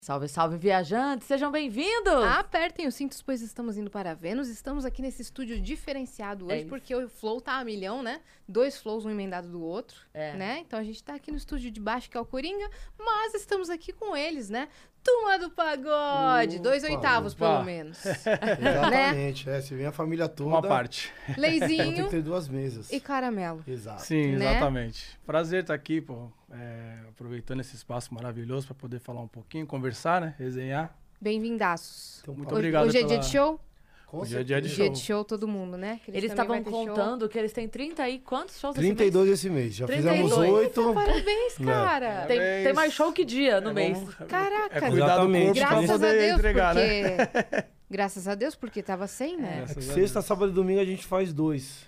Salve, salve, viajantes! Sejam bem-vindos! Apertem os cintos, pois estamos indo para Vênus. Estamos aqui nesse estúdio diferenciado É hoje, isso. porque o flow tá a milhão, né? Dois flows, um emendado do outro, É. né? Então a gente tá aqui no estúdio de baixo, que é o Coringa, mas estamos aqui com eles, né? Turma do Pagode! dois Opa, oitavos, opa. pelo menos. Né? Exatamente, é. Se vem a família toda. Uma parte. Então tem Leizinho que ter duas mesas. e Caramelo. Exato. Sim, Né? exatamente. Prazer estar aqui, pô. É, aproveitando esse espaço maravilhoso para poder falar um pouquinho, conversar, né? Resenhar. Bem-vindaços. Então, Muito Paulo, obrigado Hoje é dia pela- de show? com Hoje é dia de certeza. show. Dia de show, todo mundo, né? Que Eles estavam também vai ter show. contando que eles têm 30 e quantos shows esse mês? 32 esse mês. Já 32. fizemos oito. Parabéns, Né. cara! Tem, Parabéns. tem mais show que dia no É mês. bom- Tá Caraca, é cuidar do exatamente. corpo pra não Graças a poder Deus, entregar, né? porque... Graças a Deus, porque tava sem, né? É. Graças a Deus. Sexta, sábado e domingo a gente faz dois.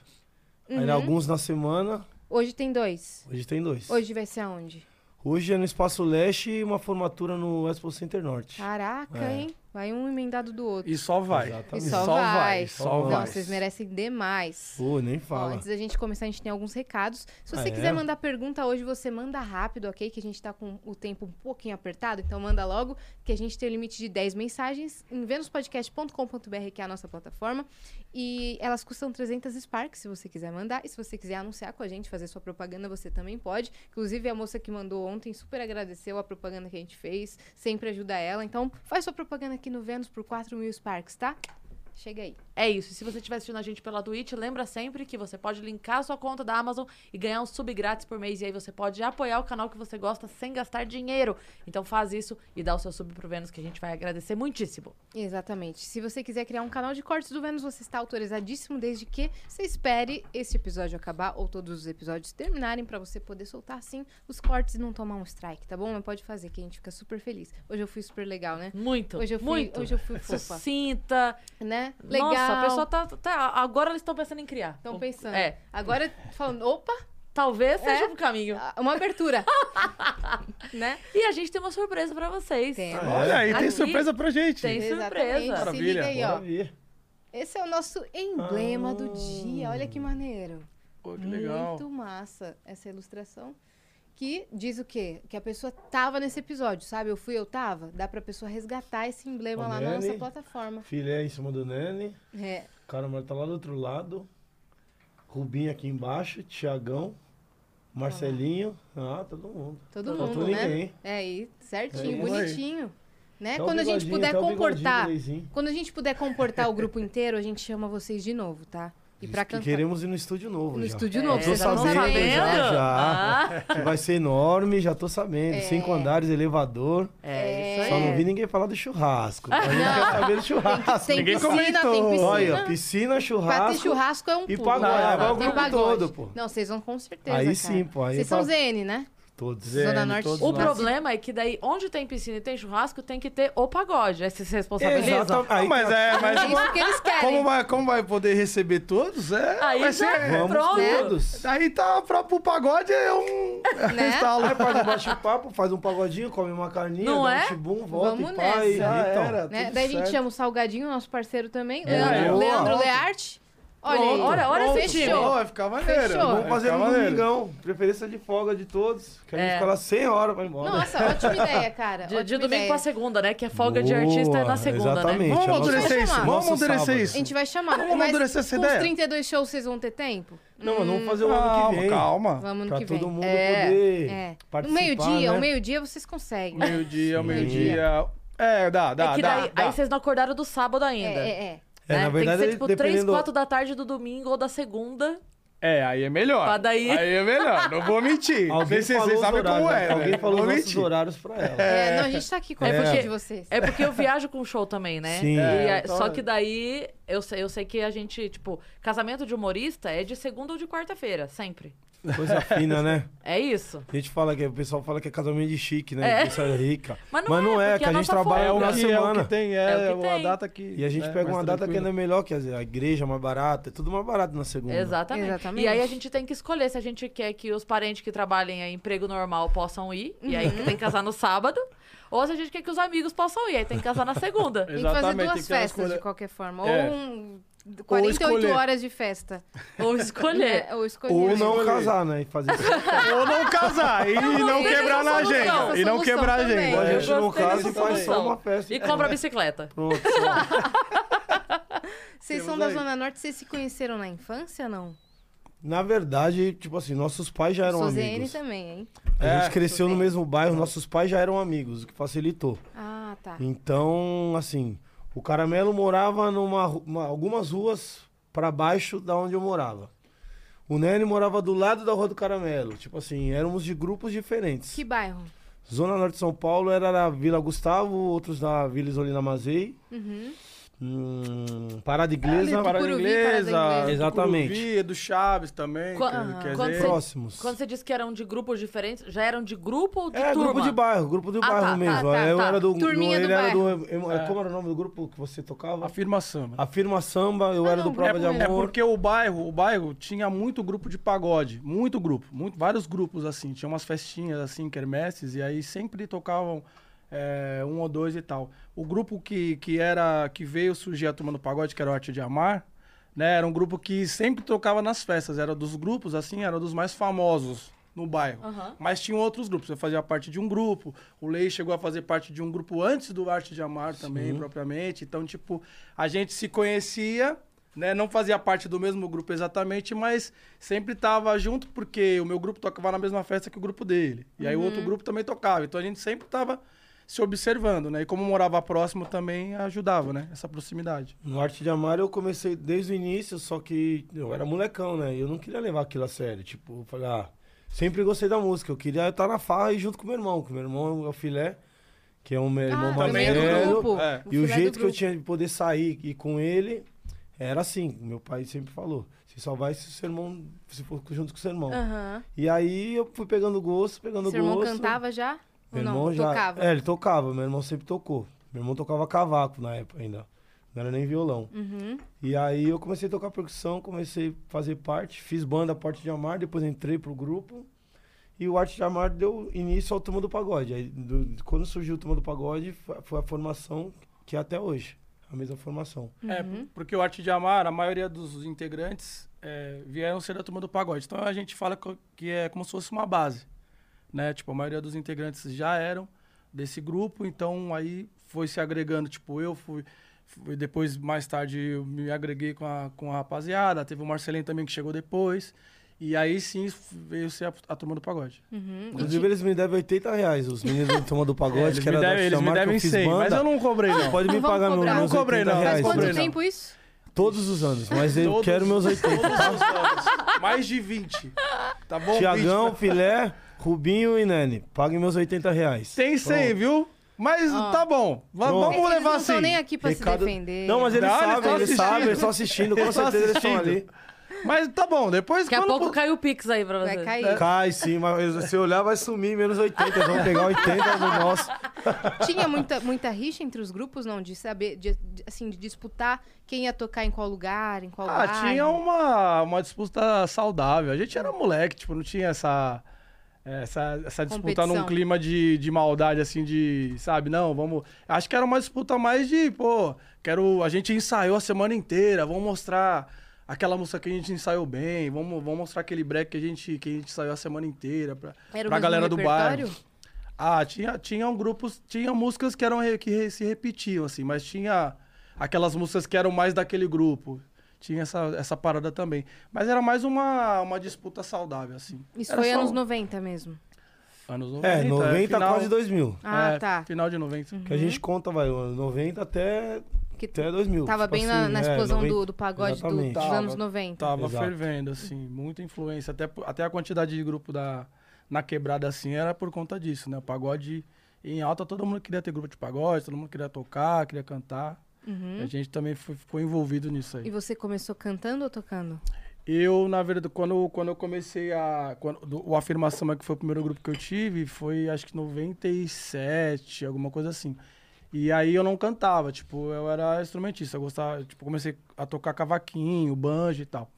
Aí Uhum. alguns na semana, Hoje tem dois. hoje tem dois. Hoje vai ser aonde? Hoje é no Espaço Leste e uma formatura no Expo Center Ah. Norte. Caraca, É. hein? Vai um emendado do outro. E só vai. Exatamente. E só vai. vai. Só Não, Não, vai. vocês merecem demais. Pô, nem Ó, fala. antes da gente começar, a gente tem alguns recados. Se você Ah, é? quiser mandar pergunta hoje, você manda rápido, ok? Que a gente tá com o tempo um pouquinho apertado, então manda logo, que a gente tem o limite de 10 mensagens em venuspodcast.com.br, que é a nossa plataforma. E elas custam 300 Sparks, se você quiser mandar. E se você quiser anunciar com a gente, fazer sua propaganda, você também pode. Inclusive, a moça que mandou ontem super agradeceu a propaganda que a gente fez, sempre ajuda ela. Então, faz sua propaganda aqui no Vênus por 4 mil Sparks, tá? Chega aí. É isso. E Se você estiver assistindo a gente pela Twitch, lembra sempre que você pode linkar a sua conta da Amazon e ganhar um sub grátis por mês. E aí você pode apoiar o canal que você gosta sem gastar dinheiro. Então faz isso e dá o seu sub pro Vênus, que a gente vai agradecer muitíssimo. Exatamente. Se você quiser criar um canal de cortes do Vênus, você está autorizadíssimo desde que você espere esse episódio acabar ou todos os episódios terminarem para você poder soltar assim os cortes e não tomar um strike, tá bom? Mas pode fazer que a gente fica super feliz. Hoje eu fui super legal, né? Muito. Hoje eu fui, muito. hoje eu fui fofa, Sucinta. né? Legal. Nossa, a pessoa tá. tá- agora eles estão pensando em criar. Estão pensando. É. Agora falando, opa, Talvez seja É. um caminho. uma abertura. né? E a gente tem uma surpresa pra vocês. Tem. Ah, Olha aí, tem Aqui- surpresa pra gente. Tem Exatamente. surpresa. Se liga Maravilha. aí, Bora ó. ver. Esse é o nosso emblema do Ah. dia. Olha que maneiro. Pô, que legal. Muito massa essa ilustração. Que diz o quê? Que a pessoa tava nesse episódio, sabe? Eu fui, eu tava. Dá pra pessoa resgatar esse emblema lá na nossa Olhane. plataforma. Filé em cima do Nene. É. Caramelo tá lá do outro lado. Rubinho aqui embaixo. Tá Tiagão. Marcelinho. Ah, todo mundo. Todo Não mundo, faltou né? ninguém. É, e certinho, É isso aí. bonitinho. Né? Até o Quando a gente bigodinho, puder até o bigodinho comportar. do Leizinho. Quando a gente puder comportar o grupo inteiro, a gente chama vocês de novo, tá? E Diz pra que um cantar. Queremos ir no estúdio novo. No já. estúdio É, novo, Tô vocês já tão estão sabendo, já, já. Ah, Que vai ser enorme, já tô sabendo. É. Cinco andares, elevador. é isso aí. Só não vi ninguém falar do churrasco. A gente quer saber do churrasco. Ah, Tem Ninguém piscina, tem comentou. piscina. Olha, piscina, Pra ter churrasco. churrasco é um e pulo. pagode. Não, Ah, vai o tem grupo pagode. todo, pô. Não, vocês vão com certeza, Aí cara. sim, pô, aí Vocês pra- são ZN, né? Todos Zona eles, Norte. todos O nós. problema é que daí, onde tem piscina e tem churrasco, tem que ter o pagode. Aí vocês se responsabilizam. Exatamente. Ah, Aí, tá- mas é, mas É isso que eles como querem. vai, como vai poder receber todos? É, Aí vai já- ser. vamos Pronto. todos. Aí tá pra, pro pagode é um Né? restalo. Aí faz um bate-papo, faz um pagodinho, come uma carninha, Não dá é? um tibum, volta Vamos e pá, nessa. e já Então. era. Né? tudo Daí a gente certo. chama o Salgadinho, nosso parceiro também. É, Leandro, boa. Leandro Learte. Olha aí. Pronto. Olha, olha esse Fechou. time. Vai ficar maneiro. Fechou. Vai Vamos fazer ficar no maneiro. domingão. Preferência de folga de todos. Que a gente É. fica lá 100 horas pra ir embora. Nossa, ótima ideia, cara. De, ótima de domingo ideia. pra segunda, né? Que a folga de artista é na Boa, segunda, né? exatamente. Gente, Vamos é nosso- amadurecer isso. nosso Vamos sábado. amadurecer isso. A gente vai chamar. Vamos Mas amadurecer essa com ideia. os 32 shows vocês vão ter tempo? Hum, Não, mas vamos fazer o ano que Calma, vem. calma. Vamos no Pra que vem. todo mundo É, poder É. No participar, meio-dia, né? o meio-dia vocês conseguem. Meio-dia, ao Sim. meio-dia. É, dá, dá, é que dá. daí, dá. aí vocês não acordaram do sábado É, ainda. é, é. É, né? na verdade, tem que ser tipo três, dependendo... quatro da tarde do domingo ou da segunda. É, aí é melhor. Pra daí- Aí é melhor, não vou mentir. Alguém Vocês vocês falou os sabem horários, como né? é, né? Alguém Não falou vou os nossos mentir. horários pra ela. É, não, a gente tá aqui com a É ajuda porque- de vocês. É porque eu viajo com show também, né? Sim. E É, aí- então- Só que daí eu sei, eu sei que a gente, tipo, casamento de humorista é de segunda ou de quarta-feira, sempre. Coisa fina, né? É isso. A gente fala que o pessoal fala que é casamento de chique, né? É. O pessoal é rica. Mas não é, é, porque que a, a gente nossa trabalha folga. É uma o que- semana. tem, É o que uma tem. data que. E a gente né, pega mais uma data que ainda tranquila. é melhor, quer dizer, a igreja é mais barata, é tudo mais barato na segunda. Exatamente. Exatamente. E aí a gente tem que escolher se a gente quer que os parentes que trabalhem em emprego normal possam ir, e aí Uhum. tem que casar no sábado, ou se a gente quer que os amigos possam ir, aí tem que casar na segunda. Tem que fazer Exatamente, tem duas que ter uma festas, escolha. de qualquer forma. É. Ou um 48 escolher. horas de festa. ou escolher. É, ou escolher. Ou não Escolher. casar, né? E fazer isso. Ou não casar e não, não tem quebrar essa na solução, agenda. essa E não solução quebrar a também. agenda. a É. gente não gostei casa dessa e faz só solução. uma festa. E compra a bicicleta. Pronto. Vocês Temos são da aí. Zona Norte, vocês se conheceram na infância ou não? Na verdade, tipo assim, nossos pais já eram Suzene amigos. também, hein? A É. gente cresceu no Suzene. mesmo bairro, nossos pais já eram amigos, o que facilitou. Ah, tá. Então, assim, o Caramelo morava numa ru- uma- algumas ruas pra baixo da onde eu morava. O Nene morava do lado da rua do Caramelo. Tipo assim, éramos de grupos diferentes. Que bairro? Zona Norte de São Paulo era da Vila Gustavo, outros da Vila Isolina Mazei. Uhum. Hum, Parada Ah, Inglesa. Ali, Parada Tucuruvi, inglesa, Parada Inglesa. Exatamente. É, Tucuruvi, do Chaves também. Qua- que- Aham. quer Quando dizer, você- Próximos. Quando você disse que eram de grupos diferentes, já eram de grupo ou de É, turma? grupo de bairro, grupo do Ah, bairro tá, tá, mesmo. tá, eu tá. era do. Turminha ele do era do eu- Como era o nome do grupo que você tocava? Afirmação. né? Afirma Samba, eu Ah, era não, do Prova de grupo É Amor. porque o bairro, o bairro tinha muito grupo de pagode, muito grupo, muito, vários grupos assim, tinha umas festinhas assim, quermesses, e aí sempre tocavam é, um ou dois e tal. O grupo que, que era que veio surgir a turma do pagode, que era o Arte de Amar, né, era um grupo que sempre tocava nas festas, era dos grupos assim, era dos mais famosos no bairro. Aham. Mas tinham outros grupos, eu fazia parte de um grupo, o Lei chegou a fazer parte de um grupo antes do Arte de Amar também, propriamente. Então, tipo, a gente se conhecia, né? Não fazia parte do mesmo grupo exatamente, mas sempre tava junto, porque o meu grupo tocava na mesma festa que o grupo dele. E aí o outro grupo também tocava. Então a gente sempre tava se observando, né? E como morava próximo também ajudava, né? Essa proximidade. No Arte de Amar eu comecei desde o início, só que eu era molecão, né? E eu não queria levar aquilo a sério. Tipo, eu falei, ah, sempre gostei da música. Eu queria estar na farra e junto com meu irmão, que meu irmão é o filé, que é o meu irmão ah, mais também é velho. do grupo. É. E o filé do jeito que eu grupo. tinha de poder sair e com ele era assim. Meu pai sempre falou: você só vai se o seu irmão, se for junto com o seu irmão. Aham. E aí eu fui pegando gosto, pegando Ah. Seu irmão gosto. cantava já? Meu ou não? irmão já. Tocava? É, ele tocava, meu irmão sempre tocou. Meu irmão tocava cavaco na época ainda. Não era nem violão. Uhum. E aí eu comecei a tocar percussão, comecei a fazer parte, fiz banda a parte de Amar, depois entrei pro grupo. E o Arte de Amar deu início ao Turma do Pagode. Aí, do- quando surgiu o Turma do Pagode, fo- foi a formação que é até hoje. A mesma formação. É, porque o Arte de Amar, a maioria dos integrantes é, vieram ser da turma do pagode. Então a gente fala co- que é como se fosse uma base. Né? Tipo, a maioria dos integrantes já eram desse grupo, então aí foi se agregando. Tipo, eu fui. fui- depois, mais tarde, eu me agreguei com a, com a rapaziada. Teve o Marcelinho também que chegou depois. E aí sim veio ser a, a turma do pagode. Hum, Inclusive, eles me devem 80 reais, os meninos do Turma do Pagode, É, eles que me era devem, da eles me Amar, que devem eu fiz 100, banda. mas eu não cobrei, não. Pode me Vamos pagar meu, cobrar. meus Não cobrei, 80 não. reais. Faz Mas quanto Bruno. tempo isso? Todos os anos, mas eu Todos- quero meus 80. Todos os anos. Mais de 20. Tá bom? 20 Tiagão, Filé, Rubinho e Nene, paguem meus 80 reais. Tem 100, viu? Mas Ó. tá bom. Va- Pronto. Vamos Ah. Eles levar não assim. estão nem aqui pra Recado- se defender. Não, mas eles Não, eles sabem, tão eles, sabem, eles estão assistindo, com Eles tão certeza eles estão ali. assistindo. Mas tá bom, depois Daqui a quando- pouco caiu o Pix aí pra você. Vai É. cair. Cai sim, mas se olhar vai sumir, menos 80, eles vão pegar 80 do nosso. Tinha muita, muita rixa entre os grupos, não? De saber, de, de- assim, de disputar quem ia tocar em qual lugar, em qual Ah, bairro. tinha um- uma, uma disputa saudável. A gente era moleque, tipo, não tinha essa. Essa, essa disputa Competição. num clima de, de maldade, assim, de, sabe, não, vamos. Acho que era uma disputa mais de, pô, quero. A gente ensaiou a semana inteira, vamos mostrar aquela música que a gente ensaiou bem, vamos, vamos mostrar aquele break que a gente, que a gente ensaiou a semana inteira pra, Era o pra mesmo galera do repertório? bairro. Ah, tinha, tinham grupos, tinha músicas que eram re- que re- se repetiam, assim, mas tinha aquelas músicas que eram mais daquele grupo. Tinha essa, essa parada também. Mas era mais uma, uma disputa saudável, assim. Isso Era foi só- um- anos 90 mesmo. Anos 90. É, 90 final- quase 2000. Ah, é, tá. Final de 90. Que a gente conta, vai, o 90 até, Que até 2000. tava tipo bem na, assim, na é, explosão 90. do, do pagode do- Exatamente. dos Tava, anos 90. Tava Exato. fervendo, assim, muita influência. Até, po- até a quantidade de grupo da, na quebrada, assim, era por conta disso, né? O pagode em alta, todo mundo queria ter grupo de pagode, todo mundo queria tocar, queria cantar. A gente também foi- ficou envolvido nisso aí. E você começou cantando ou tocando? Eu, na verdade, quando, quando eu comecei a. Quando, do- o Afirmação, é que foi o primeiro grupo que eu tive, foi acho que 97, alguma coisa assim. E aí eu não cantava, tipo, eu era instrumentista, eu gostava, tipo, comecei a tocar cavaquinho, banjo e tal.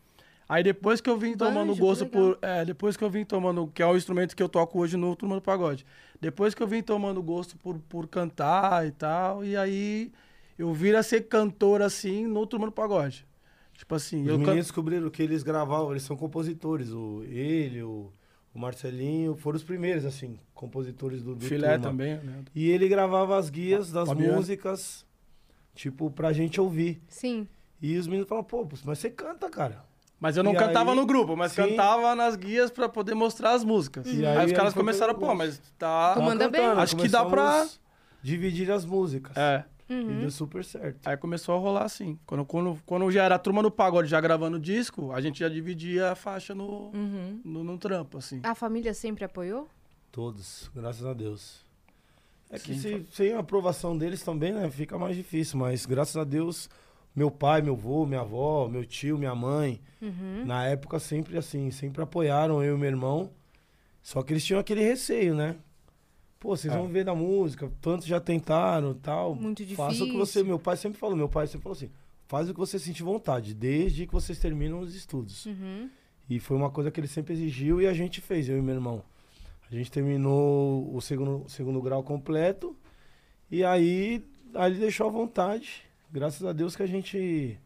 Aí depois que eu vim tomando Banjo, que gosto legal. por. É, depois que eu vim tomando. Que é o instrumento que eu toco hoje no Turma do Pagode. Depois que eu vim tomando gosto por, por cantar e tal, e aí eu vim a ser cantor assim no Turma do Pagode. Tipo assim, Os eu meninos canto. descobriram que eles gravavam, eles são compositores. O, ele, o, o Marcelinho, foram os primeiros, assim, compositores do, do Filé Turma. também, né? E ele gravava as guias das Fabiano. músicas, tipo, pra gente ouvir. Sim. E os meninos falavam, pô, mas você canta, cara. Mas eu não E cantava aí- no grupo, mas Sim. cantava nas guias pra poder mostrar as músicas. E aí, aí os caras eles começaram, cantaram pô, juntos. mas tá. Tu Ah, manda bem. Acho que dá pra- começamos Dividir as músicas. É. Uhum. E deu super certo. Aí começou a rolar assim. Quando, quando, quando já era a turma do pagode já gravando disco, a gente já dividia a faixa no, no, no trampo, assim. A família sempre apoiou? Todos, graças a Deus. É que Sim, se, sem a aprovação deles também, né, fica mais difícil, mas graças a Deus, meu pai, meu avô, minha avó, meu tio, minha mãe, na época sempre assim, sempre apoiaram eu e meu irmão. Só que eles tinham aquele receio, né? Pô, vocês É. vão ver da música, tantos já tentaram, tal. Muito Faça o que difícil. você, meu pai sempre falou, meu pai sempre falou assim: "Faz o que você sentir vontade, desde que vocês terminam os estudos". Uhum. E foi uma coisa que ele sempre exigiu e a gente fez, eu e meu irmão. A gente terminou o segundo, segundo grau completo e aí, aí ele deixou à vontade. Graças a Deus que a gente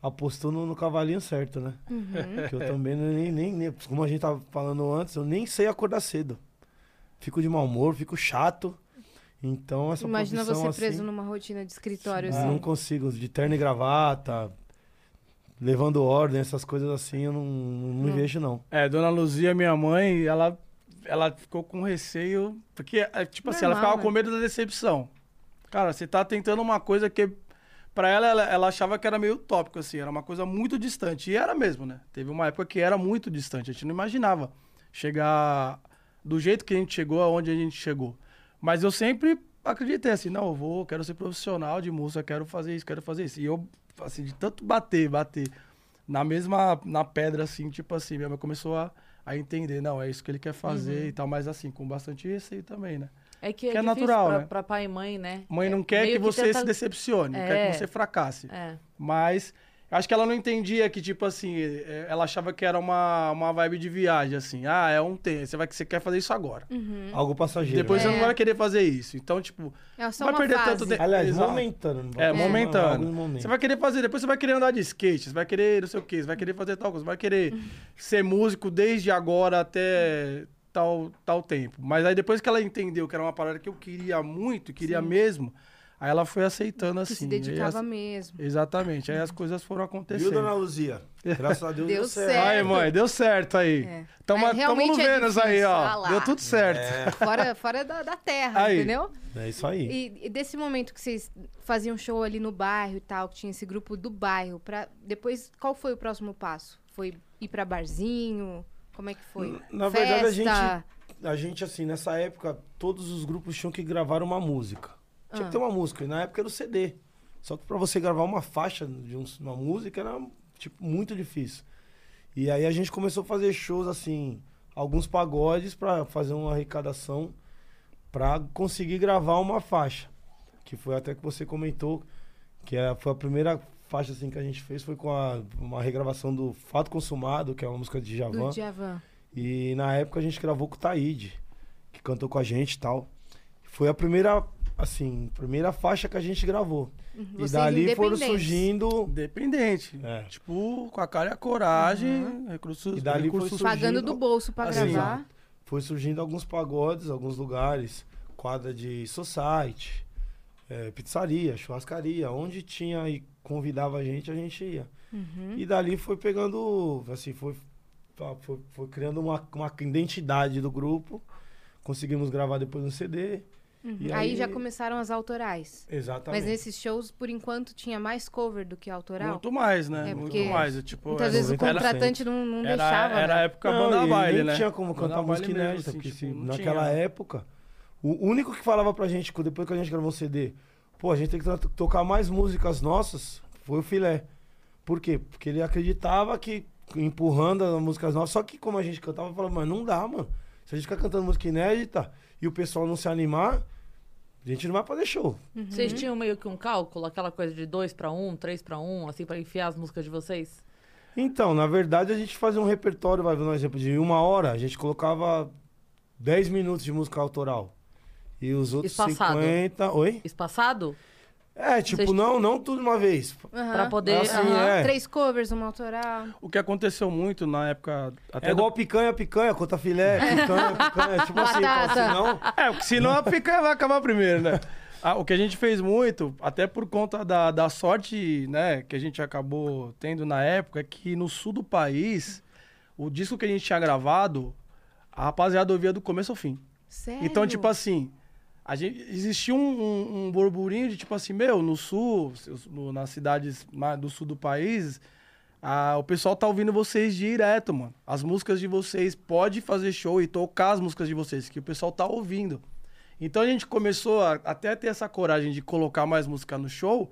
apostou no, no cavalinho certo, né? Uhum. Que eu também não- nem, nem, nem- Como a gente tava falando antes, eu nem sei acordar cedo. Fico de mau humor, fico chato. Então essa Imagina você profissão preso assim, numa rotina de escritório, eu não assim. consigo, de terno e gravata, levando ordem, essas coisas assim, eu não, não me vejo, não. É, Dona Luzia, minha mãe, ela, ela ficou com receio. Porque, é, tipo assim, ela Normal, ficava né? com medo da decepção. Cara, você tá tentando uma coisa que. Pra ela, ela, ela achava que era meio utópico, assim, era uma coisa muito distante. E era mesmo, né? Teve uma época que era muito distante. A gente não imaginava chegar do jeito que a gente chegou, aonde a gente chegou. Mas eu sempre acreditei assim, não, eu vou, quero ser profissional de música, quero fazer isso, quero fazer isso. E eu, assim, de tanto bater, bater na mesma, na pedra, assim, tipo assim, minha mãe começou a, a entender, não, é isso que ele quer fazer e tal, mas assim, com bastante receio também, né? É que, é, Que é difícil natural, pra, né? pra pai e mãe, né? Mãe não É, quer meio que você tenta- se decepcione, não quer É. que você fracasse. É. Mas acho que ela não entendia que, tipo assim, é, ela achava que era uma, uma vibe de viagem, assim. Ah, é um tempo, você, vai, você quer fazer isso agora. Algo passageiro. Depois né? você Uhum. É. não vai querer fazer isso. Então, tipo, É só Vai uma perder fase. tanto tempo. Aliás, Exato. momentâneo. não vai é, fazer, momentâneo. algo no momento. Você vai querer fazer, depois você vai querer andar de skate, você vai querer não sei o quê, você vai querer fazer tal coisa, você vai querer ser músico desde agora até tal, tal tempo. Mas aí depois que ela entendeu que era uma parada que eu queria muito, queria mesmo, aí ela foi aceitando Que assim. se Aí dedicava as- mesmo. Exatamente, aí as coisas foram Viu, acontecendo. dona Luzia? Graças a Deus Deu Aí, Certo. mãe, deu certo aí. É. Tamo, Mas tamo no realmente é Vênus difícil, aí, ah ó. lá. Deu tudo certo. Fora, fora da, da terra, Aí. entendeu? É isso aí. E, e desse momento que vocês faziam show ali no bairro e tal, que tinha esse grupo do bairro, pra depois, qual foi o próximo passo? Foi ir pra barzinho? Como é que foi? Na verdade, a gente- Festa? A gente, assim, nessa época, todos os grupos tinham que gravar uma música. Ah. Tinha que ter uma música. E na época era o CD. Só que pra você gravar uma faixa de um- uma música era, tipo, muito difícil. E aí a gente começou a fazer shows, assim, alguns pagodes pra fazer uma arrecadação pra conseguir gravar uma faixa. Que foi até que você comentou, que é- foi a primeira faixa, assim, que a gente fez, foi com a- uma regravação do Fato Consumado, que é uma música de Javan. Do Djavan. E na época a gente gravou com o Taíde, que cantou com a gente e tal. Foi a primeira, assim, primeira faixa que a gente gravou. Uhum. Vocês e dali foram independentes. surgindo. Independente. É. Tipo, com a cara e a coragem, recursos, E dali foi recursos Pagando surgindo- do bolso pra Assim, gravar. Foi surgindo alguns pagodes, alguns lugares, quadra de society, eh, pizzaria, churrascaria, onde tinha e convidava a gente, a gente ia. Uhum. E dali foi pegando, assim, foi, tá, foi, foi criando uma, uma identidade do grupo. Conseguimos gravar depois no CD. E Uhum. Aí já começaram as autorais. Exatamente. Mas nesses shows, por enquanto, tinha mais cover do que autoral. Muito mais, né? É, porque Muito mais. é, Tipo, Muitas é, vezes o 90%. contratante não, não era, deixava. era a né? época Não, banda e baile, nem né? tinha como cantar Banda música baile mesmo, inédita, assim, porque tipo, se- não naquela tinha. época, o único que falava pra gente, co- depois que a gente gravou o CD, pô, a gente tem que to- tocar mais músicas nossas, foi o Filé. Por quê? Porque ele acreditava que empurrando as músicas novas. Só que como a gente cantava, eu falava, mano, não dá, mano. Se a gente ficar cantando música inédita e o pessoal não se animar, a gente não vai fazer show. Uhum. Vocês tinham meio que um cálculo, aquela coisa de dois pra um, três pra um, assim, pra enfiar as músicas de vocês? Então, na verdade, a gente fazia um repertório, vai ver um exemplo, de uma hora, a gente colocava 10 minutos de música autoral. E os outros Espaçado. 50. Oi? Espaçado? É, tipo, Vocês- não, não tudo de uma vez. Ah. Pra poder. Assim, aham. é. Três covers, uma autoral. O que aconteceu muito na época. Até É igual picanha, picanha, conta filé, picanha, picanha. Tipo assim, Batata. assim, não. É, porque senão a pica vai acabar primeiro, né? Ah, o que a gente fez muito, até por conta da, da sorte, né, que a gente acabou tendo na época, é que no sul do país, o disco que a gente tinha gravado, a rapaziada ouvia do começo ao fim. Sério? Então, tipo assim, a gente, existia um, um, um burburinho de tipo assim, meu, no sul, seus- no- nas cidades ma- do sul do país, ah, o pessoal tá ouvindo vocês direto, mano. As músicas de vocês, pode fazer show e tocar as músicas de vocês, que o pessoal tá ouvindo. Então a gente começou a, até ter essa coragem de colocar mais música no show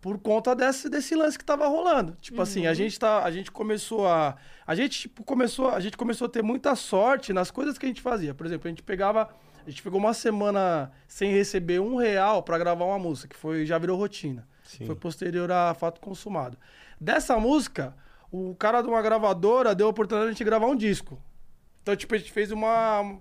por conta desse, desse lance que tava rolando. Tipo assim, a gente tá, a gente começou a a gente tipo, começou, a gente começou a ter muita sorte nas coisas que a gente fazia. Por exemplo, a gente pegava, a gente pegou uma semana sem receber um real pra gravar uma música, que foi já virou rotina. Sim. Foi posterior a fato consumado. Dessa música, o cara de uma gravadora deu a oportunidade de a gente gravar um disco. Então, tipo, a gente fez uma.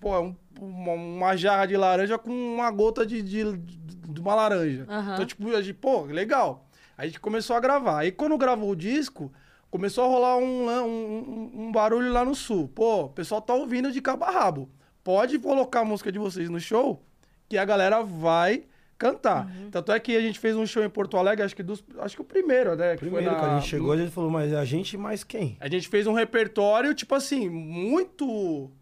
Pô, um- uma, uma jarra de laranja com uma gota de, de, de uma laranja. Aham. Então, tipo, a gente, pô, legal. Aí a gente começou a gravar. Aí quando gravou o disco, começou a rolar um, lan- um, um- um barulho lá no sul. Pô, o pessoal tá ouvindo de cabo a rabo. Pode colocar a música de vocês no show, que a galera vai cantar. Tanto é que a gente fez um show em Porto Alegre, acho que dos, acho que o primeiro, né? que foi Primeiro, na- cara, a gente chegou, a gente falou, mas a gente mais quem? a gente fez um repertório, tipo assim, muito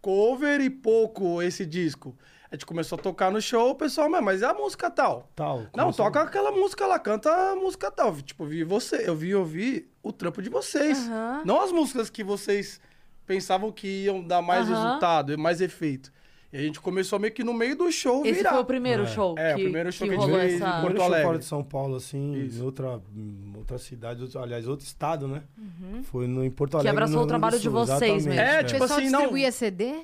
cover e pouco esse disco. A gente começou a tocar no show, o pessoal, "Mas- mas é a música tal. Tal. Não, começou- toca aquela música lá, canta a música tal. Tipo, vi você, eu vi ouvir o trampo de vocês. Aham. Não as músicas que vocês pensavam que iam dar mais Aham. resultado, mais efeito. E a gente começou meio que no meio do show Esse virar. foi o primeiro show. É, que, o primeiro show que que a gente rolou fez. essa. Porto Primeiro show fora Alegre. de São Paulo, assim, Isso. em outra, em outra cidade, outro- aliás, outro estado, né? Foi no, em Porto Uhum. Que Alegre. abraçou no o Rio Grande trabalho do de Sul, vocês exatamente, mesmo. É, né? O tipo pessoal assim, não. distribuía CD?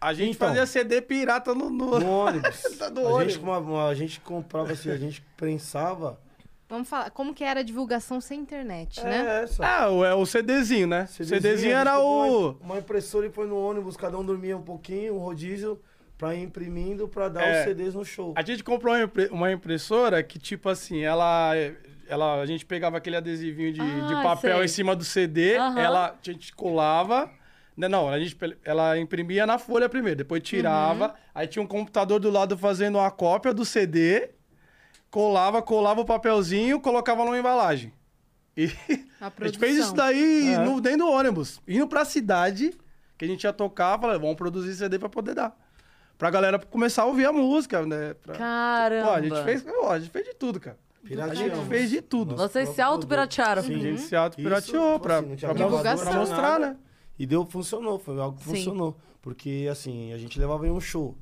A gente Então. fazia CD pirata no. no- No ônibus. Tá no a, ônibus. Gente, com uma- uma- a gente comprava assim, a gente prensava. Vamos falar, como que era a divulgação sem internet, né? É essa. Ah, o- é o CDzinho, né? CDzinho, a gente era pegou o. Uma, uma impressora e põe no ônibus, cada um dormia um pouquinho, um rodízio, pra ir imprimindo, pra dar É. os CDs no show. A gente comprou uma, impre- uma impressora que, tipo assim, ela, ela. A gente pegava aquele adesivinho de, Ah, de papel sei. em cima do CD, Aham. ela, a gente colava. Né, não, a gente, pe- ela imprimia na folha primeiro, depois tirava. Uhum. Aí tinha um computador do lado fazendo uma cópia do CD, colava, colava o papelzinho, colocava numa embalagem. E A a gente fez isso daí É. no, dentro do ônibus, indo pra cidade que a gente ia tocar, falava, vamos produzir CD pra poder dar. Pra galera começar a ouvir a música, né? Pra- Caramba. Pô, a gente fez, pô, a gente fez de tudo, cara. A gente Pirateamos. fez de tudo. Nossa, Vocês se próprio autopiratearam. a Sim. gente se auto-pirateou Isso, pra, assim, não tinha pra, mos- pra divulgação, mostrar, Uhum. nada. né? E deu, funcionou, foi algo que Sim. funcionou. Porque, assim, a gente levava em um show.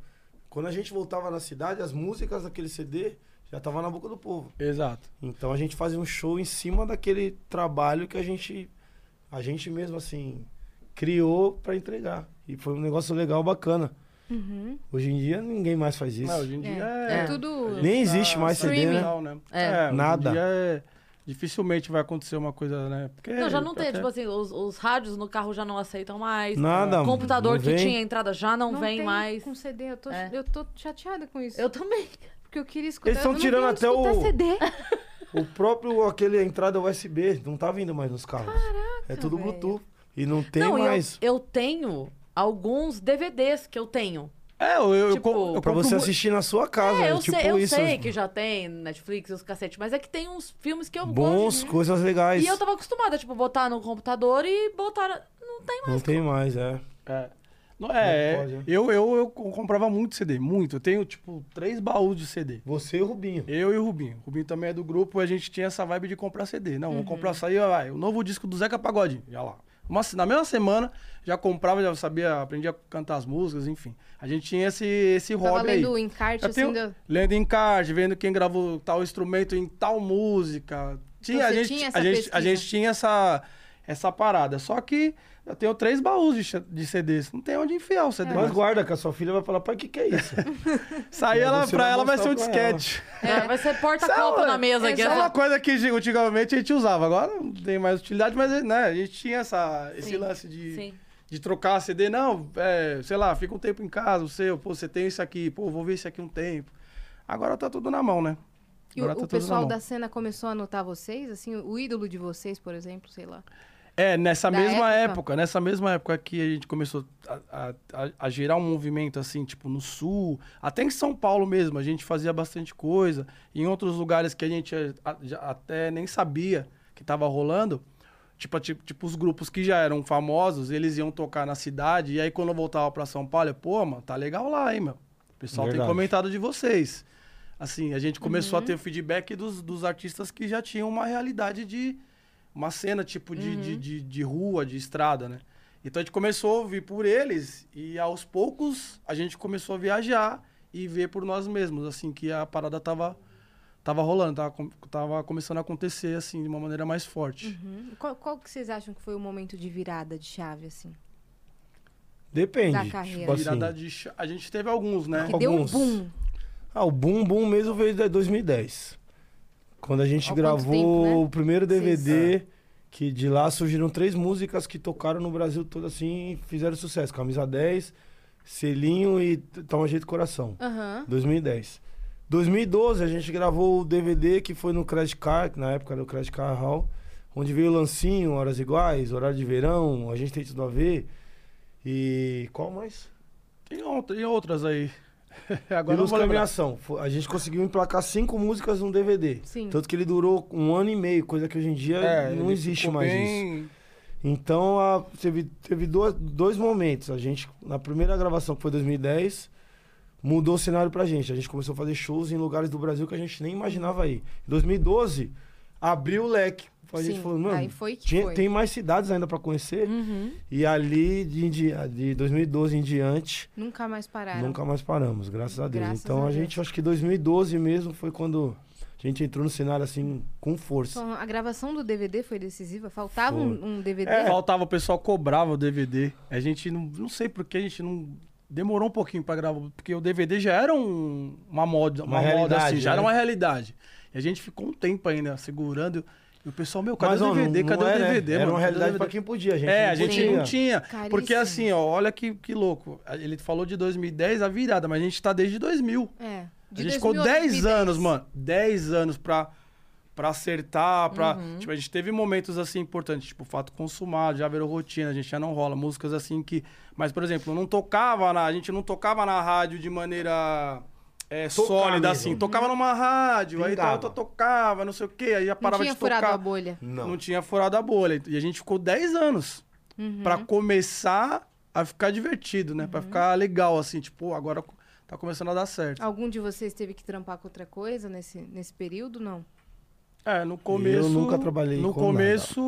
Quando a gente voltava na cidade, as músicas daquele CD já estavam na boca do povo. Exato. Então a gente fazia um show em cima daquele trabalho que a gente, a gente mesmo, assim, criou pra entregar. E foi um negócio legal, bacana. Uhum. Hoje em dia ninguém mais faz isso. Não, hoje em dia É, é... é tudo... Nem existe mais CD, streaming. né? Não, né? É. hoje em Nada. dia é- Dificilmente vai acontecer uma coisa, né? Porque Não, já não tem. até- Tipo assim, os, os rádios no carro já não aceitam mais. Nada. O É. computador não que vem. tinha entrada já não, Não vem tem mais. Com CD, eu tô, É. eu tô chateada com isso. Eu também. Porque eu queria escutar. Eles tão eu não tirando tenho até onde escutar o- CD. O próprio, aquele a entrada USB, não tá vindo mais nos carros. é tudo velho. Bluetooth. E não tem não, eu- mais. Eu, tenho alguns DVDs que eu tenho. É, eu, eu, Tipo, eu Pra Pra compro você mu- assistir na sua casa. É, eu, tipo sei, eu isso. sei que já tem Netflix e os cacetes, mas é que tem uns filmes que eu gosto. Bons, coisas legais. E eu tava acostumada, tipo, botar no computador e botar. Não tem mais. Não tem mais, é. É. Não, é, Não pode, né? eu, eu, eu comprava muito CD, muito. Eu tenho, tipo, três baús de CD. Você e o Rubinho. Eu e o Rubinho. O Rubinho também é do grupo, a gente tinha essa vibe de comprar CD. Não, Uhum. vamos comprar sair, vai. O novo disco do Zeca Pagodinho, já lá. Uma se- na mesma semana, já comprava, já sabia, aprendia a cantar as músicas, enfim. A gente tinha esse, esse Tava hobby aí. lendo o encarte, Eu assim, tenho- do- Lendo em card, vendo quem gravou tal instrumento em tal música. Tinha, a Então, Você gente, tinha essa a gente, a pesquisa? gente tinha essa, essa parada. Só que eu tenho três baús de, ch- de CDs. Não tem onde enfiar o É. É. CD. Mas mais. guarda, que a sua filha vai falar, pai, o que, que é isso? Isso aí ela, Você pra vai ela vai ser um mostrar pra ela. disquete. É, vai ser Isso é porta-copo uma- na mesa aqui. Isso é essa- uma coisa que ge- antigamente a gente usava. Agora não tem mais utilidade, mas né, a gente tinha essa, esse Sim, lance de, sim. de trocar CD. Não, é, sei lá, fica um tempo em casa, o seu, pô, você tem isso aqui, pô, vou ver isso aqui um tempo. Agora tá tudo na mão, né? E o, Agora tá o tudo na pessoal mão. da cena começou a anotar vocês? Assim, o ídolo de vocês, por exemplo, sei lá. É, nessa Da mesma época? época. nessa mesma época que a gente começou a, a- a- a gerar um movimento assim, tipo, no sul, até em São Paulo mesmo, a gente fazia bastante coisa, em outros lugares que a gente eh, a- já até nem sabia que tava rolando. Tipo, tipo, tipo, os grupos que já eram famosos, eles iam tocar na cidade, e aí quando eu voltava pra São Paulo, eu, pô, mano, tá legal lá, hein, meu. O pessoal Verdade. tem comentado de vocês. Assim, a gente começou a ter o feedback dos, dos artistas que já tinham uma realidade de. Uma cena, tipo, de, de, de, de rua, de estrada, né? Então a gente começou a ouvir por eles e aos poucos a gente começou a viajar e ver por nós mesmos, assim, que a parada tava, tava rolando, tava, com- tava começando a acontecer, assim, de uma maneira mais forte. Uhum. Qual, qual que vocês acham que foi o momento de virada de chave, assim? Da Depende. carreira. Tipo assim, Virada de cha- A gente teve alguns, né? Que deu um Alguns. boom. Ah, o boom, boom mesmo veio de 2010. Quando a gente Há quanto gravou tempo, né? o primeiro Sim. DVD, É. que de lá surgiram três músicas que tocaram no Brasil todo assim e fizeram sucesso. Camisa 10, Selinho e T- Toma Jeito Coração. Aham. 2010. 2012 a gente gravou o DVD que foi no Crash Car, que na época era o Crash Car Hall, onde veio o Lancinho, Horas Iguais, Horário de Verão, A gente tem tudo a ver. E qual mais? Tem, ont- tem outras aí. Agora Agora eu não Luz vou lembrar. Caminhação. Fo- A gente conseguiu emplacar cinco músicas num DVD. Sim. Tanto que ele durou um ano e meio, coisa que hoje em dia assim, não É, ele existe ficou mais isso. bem- Então, a- teve, teve duas- dois momentos. A gente, na primeira gravação, que foi 2010, mudou o cenário pra gente. A gente começou a fazer shows em lugares do Brasil que a gente nem imaginava ir. Em 2012, abriu o leque. A gente Sim, falou, mano, aí foi que tinha- foi." tem mais cidades ainda pra conhecer. Uhum. E ali, de, em di- de 2012 em diante, Nunca mais pararam. Nunca mais paramos, graças a Deus. Graças então a a, Deus. gente, acho que 2012 mesmo foi quando a gente entrou no cenário assim com força. Então, a gravação do DVD foi decisiva? Faltava Foi. um, um DVD? É, faltava, o pessoal cobrava o DVD. A gente não, não sei por que a gente não. Demorou um pouquinho pra gravar, porque o DVD já era um- uma moda, Uma uma, moda realidade, assim, já né? era uma realidade. E a gente ficou um tempo ainda segurando. E o pessoal, meu, cadê Mas, o ó, DVD? não- cadê não o é, né? DVD, Era mano? uma Cadê o realidade DVD? pra quem podia, a gente. É, não a gente podia. não tinha. Caríssimo. Porque assim, ó, olha que, que louco. Ele falou de 2010 a virada, mas a gente tá desde 2000 É. a gente ficou 2000 a 10 2010. anos, mano. 10 anos pra, pra acertar, pra... Uhum. Tipo, a gente teve momentos, assim, importantes. Tipo, Fato Consumado, já virou rotina, a gente já não rola. Músicas, assim, que... Mas, por exemplo, não tocava na... A gente não tocava na rádio de maneira... é, Tocar sólida, mesmo. assim. Tocava numa rádio, aí Pingava. tal, tocava, não sei o quê. Aí já Não parava tinha de tocar furado a bolha. Não. não tinha furado a bolha. E a gente ficou 10 anos Uhum. pra começar a ficar divertido, né? Pra ficar legal, assim, tipo, agora tá começando a dar certo. Algum de vocês teve que trampar com outra coisa nesse, nesse período? Não. É, no começo. Eu nunca trabalhei No com começo.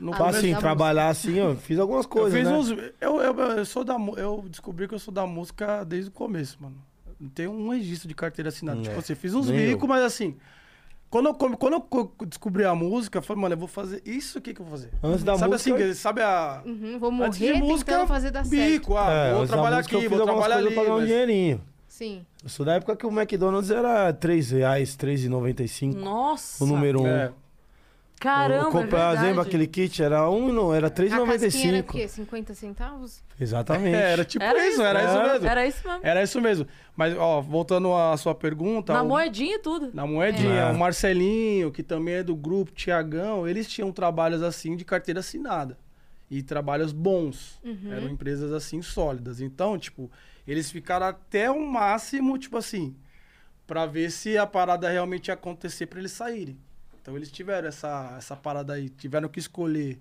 No Ah, Pra, começo. assim, da trabalhar assim, ó, fiz algumas eu coisas, fiz né? uns. Eu, eu, eu sou da. mu- Eu descobri que eu sou da música desde o começo, mano. Não tem um registro de carteira assinada. Hum, Tipo é. assim, fiz uns Nem eu. bicos, mas assim. Quando eu, come- quando eu co- descobri a música, eu falei, mano, eu vou fazer isso aqui que eu vou fazer. Antes da sabe música- assim, que- sabe a. Uhum, vou Antes de morrer música, tentando fazer dar certo. bico, ah, É, vou antes da trabalhar música, aqui, eu fiz vou algumas trabalhar coisas ali. pra ganhar um mas- dinheirinho. Sim. Eu sou da época que o McDonald's era R$ 3 reais, R$ 3,95 Nossa. o número 1. É. Caramba, eu é comprei, verdade. lembra aquele kit? Era um, não, era A casquinha era o 3,95. quê? 50 centavos? Exatamente. É, era tipo Era isso, isso, era isso é. mesmo. Era isso mesmo. Era isso mesmo. Mas, ó, voltando à sua pergunta. na tá o- moedinha e tudo. Na moedinha. É. O Marcelinho, que também é do grupo, Tiagão, eles tinham trabalhos assim de carteira assinada. E trabalhos bons. Eram empresas assim sólidas. Então, tipo, eles ficaram até o máximo, tipo assim, pra ver se a parada realmente ia acontecer pra eles saírem. Então eles tiveram essa, essa parada aí, tiveram que escolher.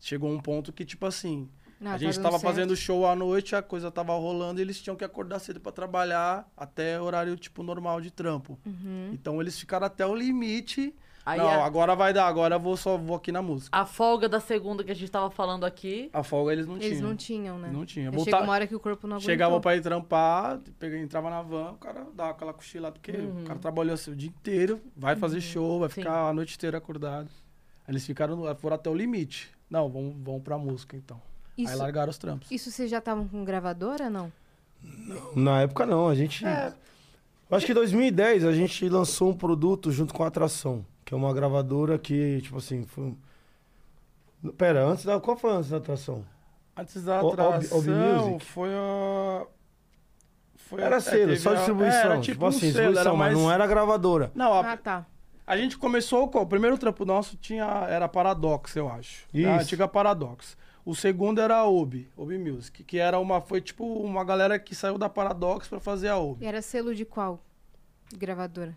Chegou um ponto que, tipo assim, Ah, a tá gente dando tava certo. fazendo show à noite, a coisa tava rolando e eles tinham que acordar cedo pra trabalhar até horário, tipo, normal de trampo. Uhum. Então eles ficaram até o limite. Aí Não, a- agora vai dar, agora eu vou só vou aqui na música. A folga da segunda que a gente tava falando aqui. A folga eles não Eles tinham. não tinham, né? Não tinha. Aí Voltar- Chega uma hora que o corpo não aguentou. Chegava pra ir trampar, pegava, entrava na van, o cara dava aquela cochilada, porque Uhum. o cara trabalhou assim, o dia inteiro, vai fazer show, vai Sim. ficar a noite inteira acordado. Aí Eles ficaram, no- foram até o limite. Não, vão, vão pra música então. Aí Isso- largaram os trampos. Isso vocês já estavam com gravadora, não? Na época não, a gente. É. Eu Acho que em 2010 a gente lançou um produto junto com a Atração, que é uma gravadora que, tipo assim, foi. um- Pera, antes da. Qual foi antes da atração? Antes da O- Ob- Ob atração, Music? foi a. Foi Era selo, teve só a- distribuição. era tipo, tipo um assim, selo, distribuição, era mas mais- não era gravadora. Não, a, Ah, tá. a gente começou com. O primeiro trampo nosso tinha, era Paradox, eu acho. né, Isso. A antiga Paradox. O segundo era a Obi, Obi Music, que era uma. Foi tipo uma galera que saiu da Paradox pra fazer a Obi. Era selo de qual gravadora?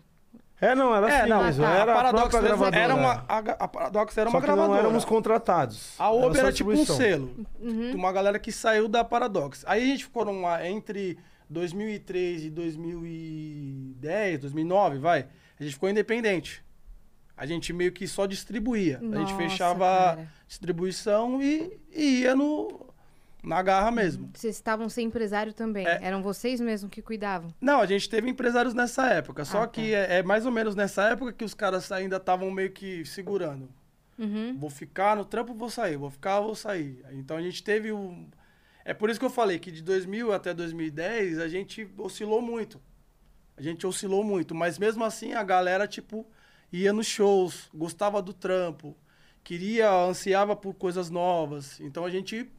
É, não, era É, assim não, mesmo. tá. Era a a Paradox própria mesmo gravadora. era uma. A, a Paradox era Só uma que gravadora. não éramos contratados. A Obi só era, tipo um distribuição. selo. Uhum. De uma galera que saiu da Paradox. Aí a gente ficou numa, entre 2003 e 2010, 2009, vai. A gente ficou independente. A gente meio que só distribuía. a Nossa, gente fechava a cara. distribuição e, e ia no, na garra mesmo. Vocês estavam sem empresário também. É. Eram vocês mesmos que cuidavam. Não, a gente teve empresários nessa época. Só Ah, tá. que é, é mais ou menos nessa época que os caras ainda estavam meio que segurando. Uhum. Vou ficar no trampo, vou sair. Vou ficar, vou sair. Então a gente teve um. É por isso que eu falei que de 2000 até 2010 a gente oscilou muito. A gente oscilou muito, mas mesmo assim a galera, tipo, ia nos shows, gostava do trampo, queria, ansiava por coisas novas. Então a gente.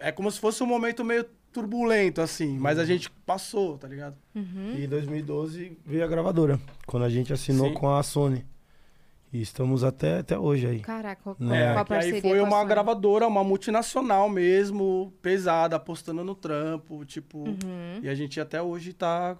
É como se fosse um momento meio turbulento, assim, Uhum. mas a gente passou, tá ligado? E em 2012 veio a gravadora, quando a gente assinou Sim. com a Sony. E estamos até, até hoje aí. Caraca, qual, Né, qual a É, que aí parceria foi com a uma Sony? gravadora, uma multinacional mesmo, pesada, apostando no trampo, tipo. Uhum. E a gente até hoje tá.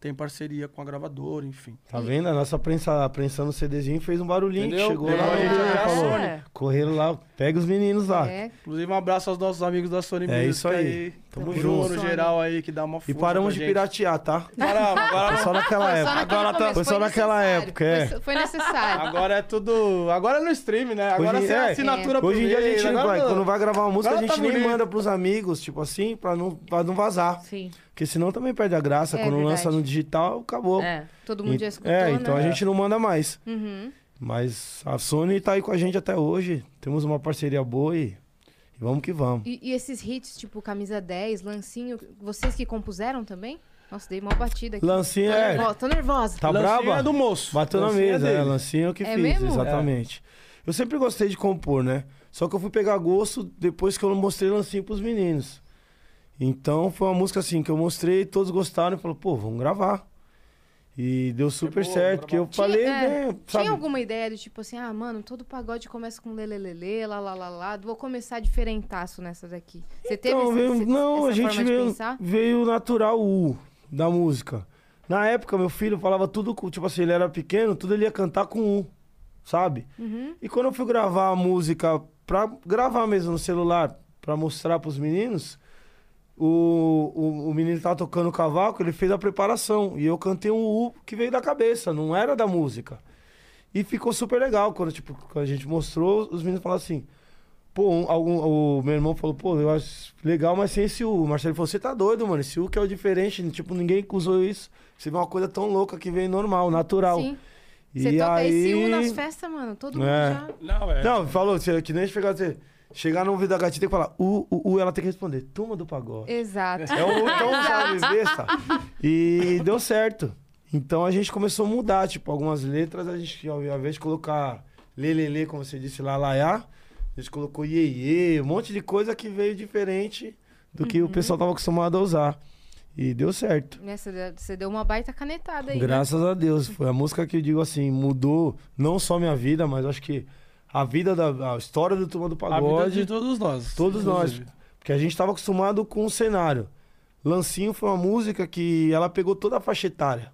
Tem parceria com a gravadora, enfim. Tá vendo? A nossa prensa, prensando CDzinho fez um barulhinho que Entendeu? chegou É. lá. A gente até É. falou: É. correram lá, pega os meninos lá. É, Inclusive, um abraço aos nossos amigos da Sony É Music isso aí. Tamo Tamo junto. junto. no Sony. geral aí, que dá uma E força paramos pra de gente. piratear, tá? Paramos, agora, Foi só naquela Foi Ah, só época. naquela, Agora tá- começo, foi só naquela necessário, época, é. Foi, foi necessário. agora é tudo. Agora é no stream, né? Agora Hoje- você é é. assinatura pro Hoje em dia a mês, gente não agora vai, não. quando vai gravar uma música, a Agora gente tá nem bonito. manda pros amigos, tipo assim, pra não, pra não vazar. Sim. Porque senão também perde a graça. É quando verdade. lança no digital, acabou. É. Todo mundo E- já escutou, é, então né? a gente não manda mais. Uhum. Mas a Sony tá aí com a gente até hoje. Temos uma parceria boa e, e vamos que vamos. E, e esses hits, tipo Camisa 10, Lancinho, vocês que compuseram também? Nossa, dei uma batida aqui. Lancinho Tô é. nervosa, tô nervosa. Tá Lancinho braba? é do moço. Bateu na Lancinho é mesa, é, dele. lancinho eu que É fiz, mesmo? exatamente. Eu sempre gostei de compor, né? Só que eu fui pegar gosto depois que eu mostrei lancinho pros meninos. Então foi uma música assim que eu mostrei, todos gostaram e falou, pô, vamos gravar. E deu super boa, certo, vamos porque eu gravar. falei, é, né, Tinha sabe? alguma ideia do tipo assim, ah, mano, todo pagode começa com lelelele, lá, lá, lá, lá, vou começar diferentaço nessa daqui. Você teve Então, esse- veio- esse- não, essa a gente forma de veio, pensar? veio natural o U da música. Na época, meu filho falava tudo, com- tipo assim, ele era pequeno, tudo ele ia cantar com U, sabe? Uhum. E quando eu fui gravar a música, pra gravar mesmo no celular, pra mostrar pros meninos, o, o, o menino tava tocando o cavaco, ele fez a preparação. E eu cantei um U que veio da cabeça, não era da música. E ficou super legal quando, tipo, quando a gente mostrou, os meninos falaram assim. Pô, um- algum, o meu irmão falou, pô, eu acho legal, mas sem esse U. O Marcelo falou, você tá doido, mano. Esse U que é o diferente, tipo, ninguém usou isso. Você vê uma coisa tão louca que veio normal, natural. Sim. E Você toca aí... esse U nas festas, mano, todo mundo É. já... Não, é. Não, falou, você- que nem chegar, você chegar no ouvido da gatinha tem que falar, U, U, U, ela tem que responder, turma do pagode. Exato. É um então, sabe, besta. E deu certo. Então a gente começou a mudar, tipo, algumas letras, a gente, ao invés de colocar lelele, como você disse, lá, laiá, a gente colocou iê, um monte de coisa que veio diferente do que o pessoal tava acostumado a usar. E deu certo. Nessa, você deu uma baita canetada aí. né? Graças a Deus. Foi a música que eu digo assim, mudou não só minha vida, mas acho que a vida da a história do Turma do A Pagode. vida é de todos nós. Todos nós. inclusive. Porque a gente estava acostumado com o cenário. Lancinho foi uma música que ela pegou toda a faixa etária.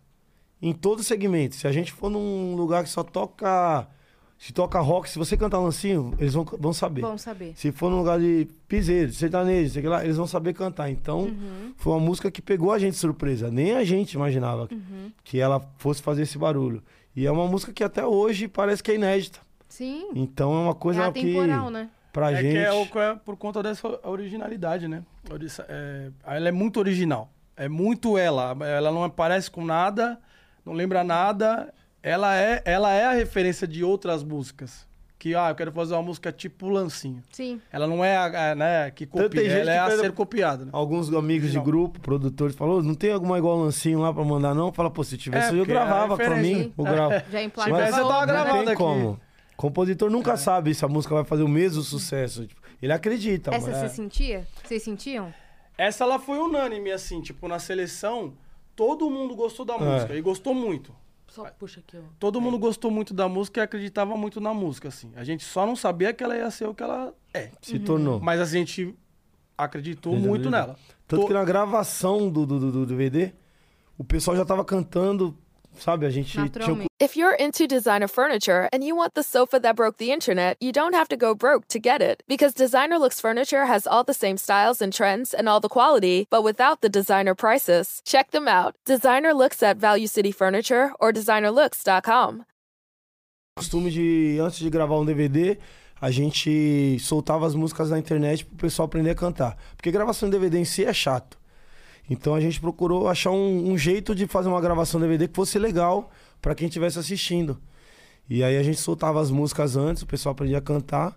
Em todo segmento. Se a gente for num lugar que só toca. Se toca rock, se você cantar lancinho, eles vão, vão saber. Bom saber. Se for num lugar de piseiro, sertanejo, sei lá, eles vão saber cantar. Então, Uhum. foi uma música que pegou a gente de surpresa. Nem a gente imaginava Uhum. que ela fosse fazer esse barulho. E é uma música que até hoje parece que é inédita. Sim. Então é uma coisa é que. atemporal, né? Pra é gente. que é, o- é por conta dessa originalidade, né? Ori- é, ela é muito original. É muito ela. Ela não parece com nada, não lembra nada. Ela é, ela é a referência de outras músicas. que, ah, eu quero fazer uma música tipo Lancinho. Sim. Ela não é, a, a, né, que Tanto tem copia, gente ela é que a pega- ser copiada, né? Alguns amigos de Não. grupo, produtores, falou, não tem alguma igual lancinho lá pra mandar, não? Fala, pô, se É, tivesse, eu porque é a gravava pra referência, mim. né? Eu gravo. Já Mas emplacou. Tivesse, Mas eu tava não gravando é- tem aqui. É. como. Compositor nunca sabe se a música vai fazer o mesmo sucesso. Tipo, ele acredita, Essa mas... é, você sentia? Vocês sentiam? Essa ela foi unânime, assim, tipo, na seleção, todo mundo gostou da música e gostou muito. Só puxa aqui, ó. Todo mundo gostou muito da música e acreditava muito na música, assim. A gente só não sabia que ela ia ser o que ela é. se tornou. Mas a gente acreditou Verdade, muito verdade. nela. Tanto To- que na gravação do, do, do, do DVD, o pessoal já tava cantando, sabe? A gente tinha um o Naturalmente. If you're into designer furniture and you want the sofa that broke the internet, you don't have to go broke to get it. Because Designer Looks Furniture has all the same styles and trends and all the quality, but without the designer prices. Check them out. Designer Looks at Value City Furniture or designerlooks.com. costume de, antes de gravar um DVD, a gente soltava as músicas na internet pro pessoal aprender a cantar. Porque gravação de DVD em si é chato. Então a gente procurou achar um, um jeito de fazer uma gravação de DVD que fosse legal pra quem estivesse assistindo. E aí a gente soltava as músicas antes, o pessoal aprendia a cantar.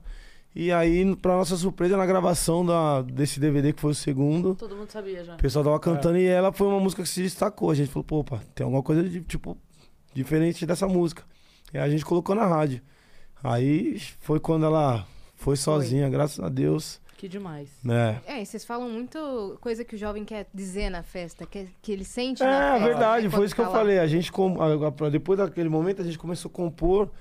E aí, pra nossa surpresa, na gravação da, desse DVD, que foi o segundo, Todo mundo sabia já. O pessoal tava cantando e ela foi uma música que se destacou. A gente falou, pô, opa, tem alguma coisa de, tipo, diferente dessa música. E a gente colocou na rádio. Aí foi quando ela foi sozinha, graças a Deus, Que demais. né? É, e vocês falam muito coisa que o jovem quer dizer na festa, que, que ele sente na É, festa. verdade, né, foi quando isso que eu tá lá. falei. A gente, com- a- a- depois daquele momento, a gente começou a compor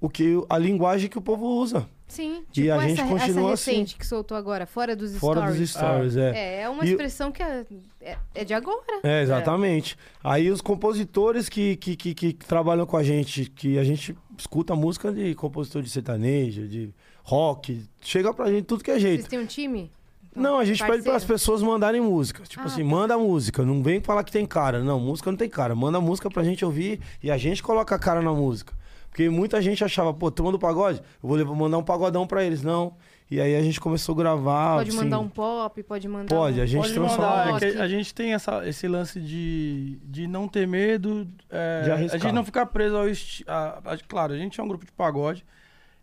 o que, a linguagem que o povo usa. Sim, tipo a essa, gente essa continua assim. recente que soltou agora, fora dos Fora stories. dos stories, é. É, é uma E- expressão que é, é- é de agora. É, exatamente. Aí os compositores que, que, que, que trabalham com a gente, que a gente escuta música de compositor de sertanejo, de rock, chega pra gente tudo que é Vocês jeito. têm um time? Não, a gente pede para as parceiro? pessoas mandarem música. Tipo Ah, assim, tá. manda música. Não vem falar que tem cara. Não, música não tem cara. Manda música pra gente ouvir e a gente coloca a cara na música. Porque muita gente achava, pô, turma do pagode, eu vou levar- mandar um pagodão pra eles. Não. E aí a gente começou a gravar. Pode assim, mandar um pop, pode mandar Pode, um... a gente Pode transforma. mandar, é Rock. que a gente tem essa- esse lance de, de não ter medo, é, De a arriscar. gente não ficar preso ao esti- a- a- Claro, a gente é um grupo de pagode,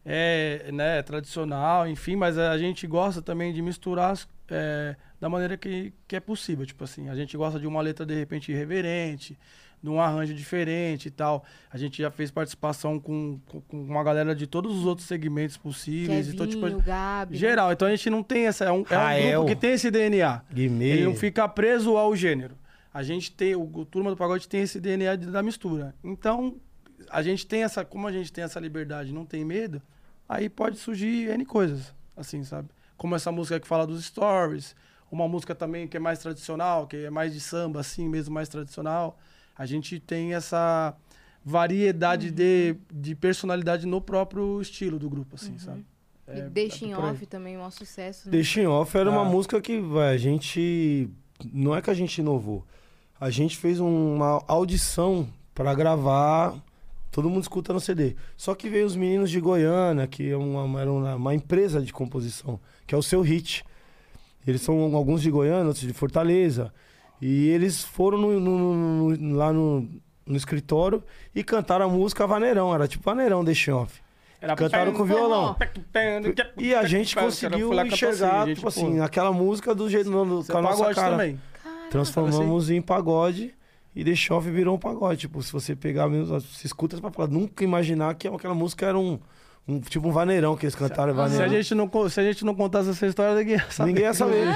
é né, tradicional, enfim, mas a gente gosta também de misturar as- é, da maneira que, que é possível. Tipo assim, a gente gosta de uma letra de repente irreverente, de um arranjo diferente e tal. A gente já fez participação com, com, com uma galera de todos os outros segmentos possíveis. Kevinho, então, tipo, Gabi, né? geral. Então a gente não tem essa. É um, é um Rael. grupo que tem esse DNA. Guimê. Ele não fica preso ao gênero. A gente tem, o, o Turma do Pagode tem esse DNA de- da mistura. Então, a gente tem essa, como a gente tem essa liberdade, não tem medo, aí pode surgir N coisas, assim, sabe? Como essa música que fala dos stories, uma música também que é mais tradicional, que é mais de samba, assim mesmo, mais tradicional. A gente tem essa variedade de, de personalidade no próprio estilo do grupo, assim, sabe? E É, né? Deixa é em por aí. off também, o maior sucesso. Né? Deixa em off era uma Ah. música que vai, a gente. Não é que a gente inovou. A gente fez um, uma audição pra gravar. Todo mundo escuta no CD. Só que veio os meninos de Goiânia, que é uma, era uma, uma empresa de composição, que é o seu hit. Eles são alguns de Goiânia, outros de Fortaleza. E eles foram no- no- no- no- lá no, no escritório e cantaram a música Vaneirão. Era tipo Vaneirão, deixa em off. Era Cantaram com violão. E a gente conseguiu "Ah, enxergar, tipo assim, aquela música do jeito do, com a nossa pagode cara. também. Transformamos em pagode e The Shove virou um pagode. Tipo, se você pegar mesmo, se escuta pra falar, nunca imaginar que aquela música era um, um- tipo um vaneirão que eles cantaram. Se a, vaneirão. gente não, con- se a gente não contasse essa história, ninguém ia saber. Ninguém ia saber.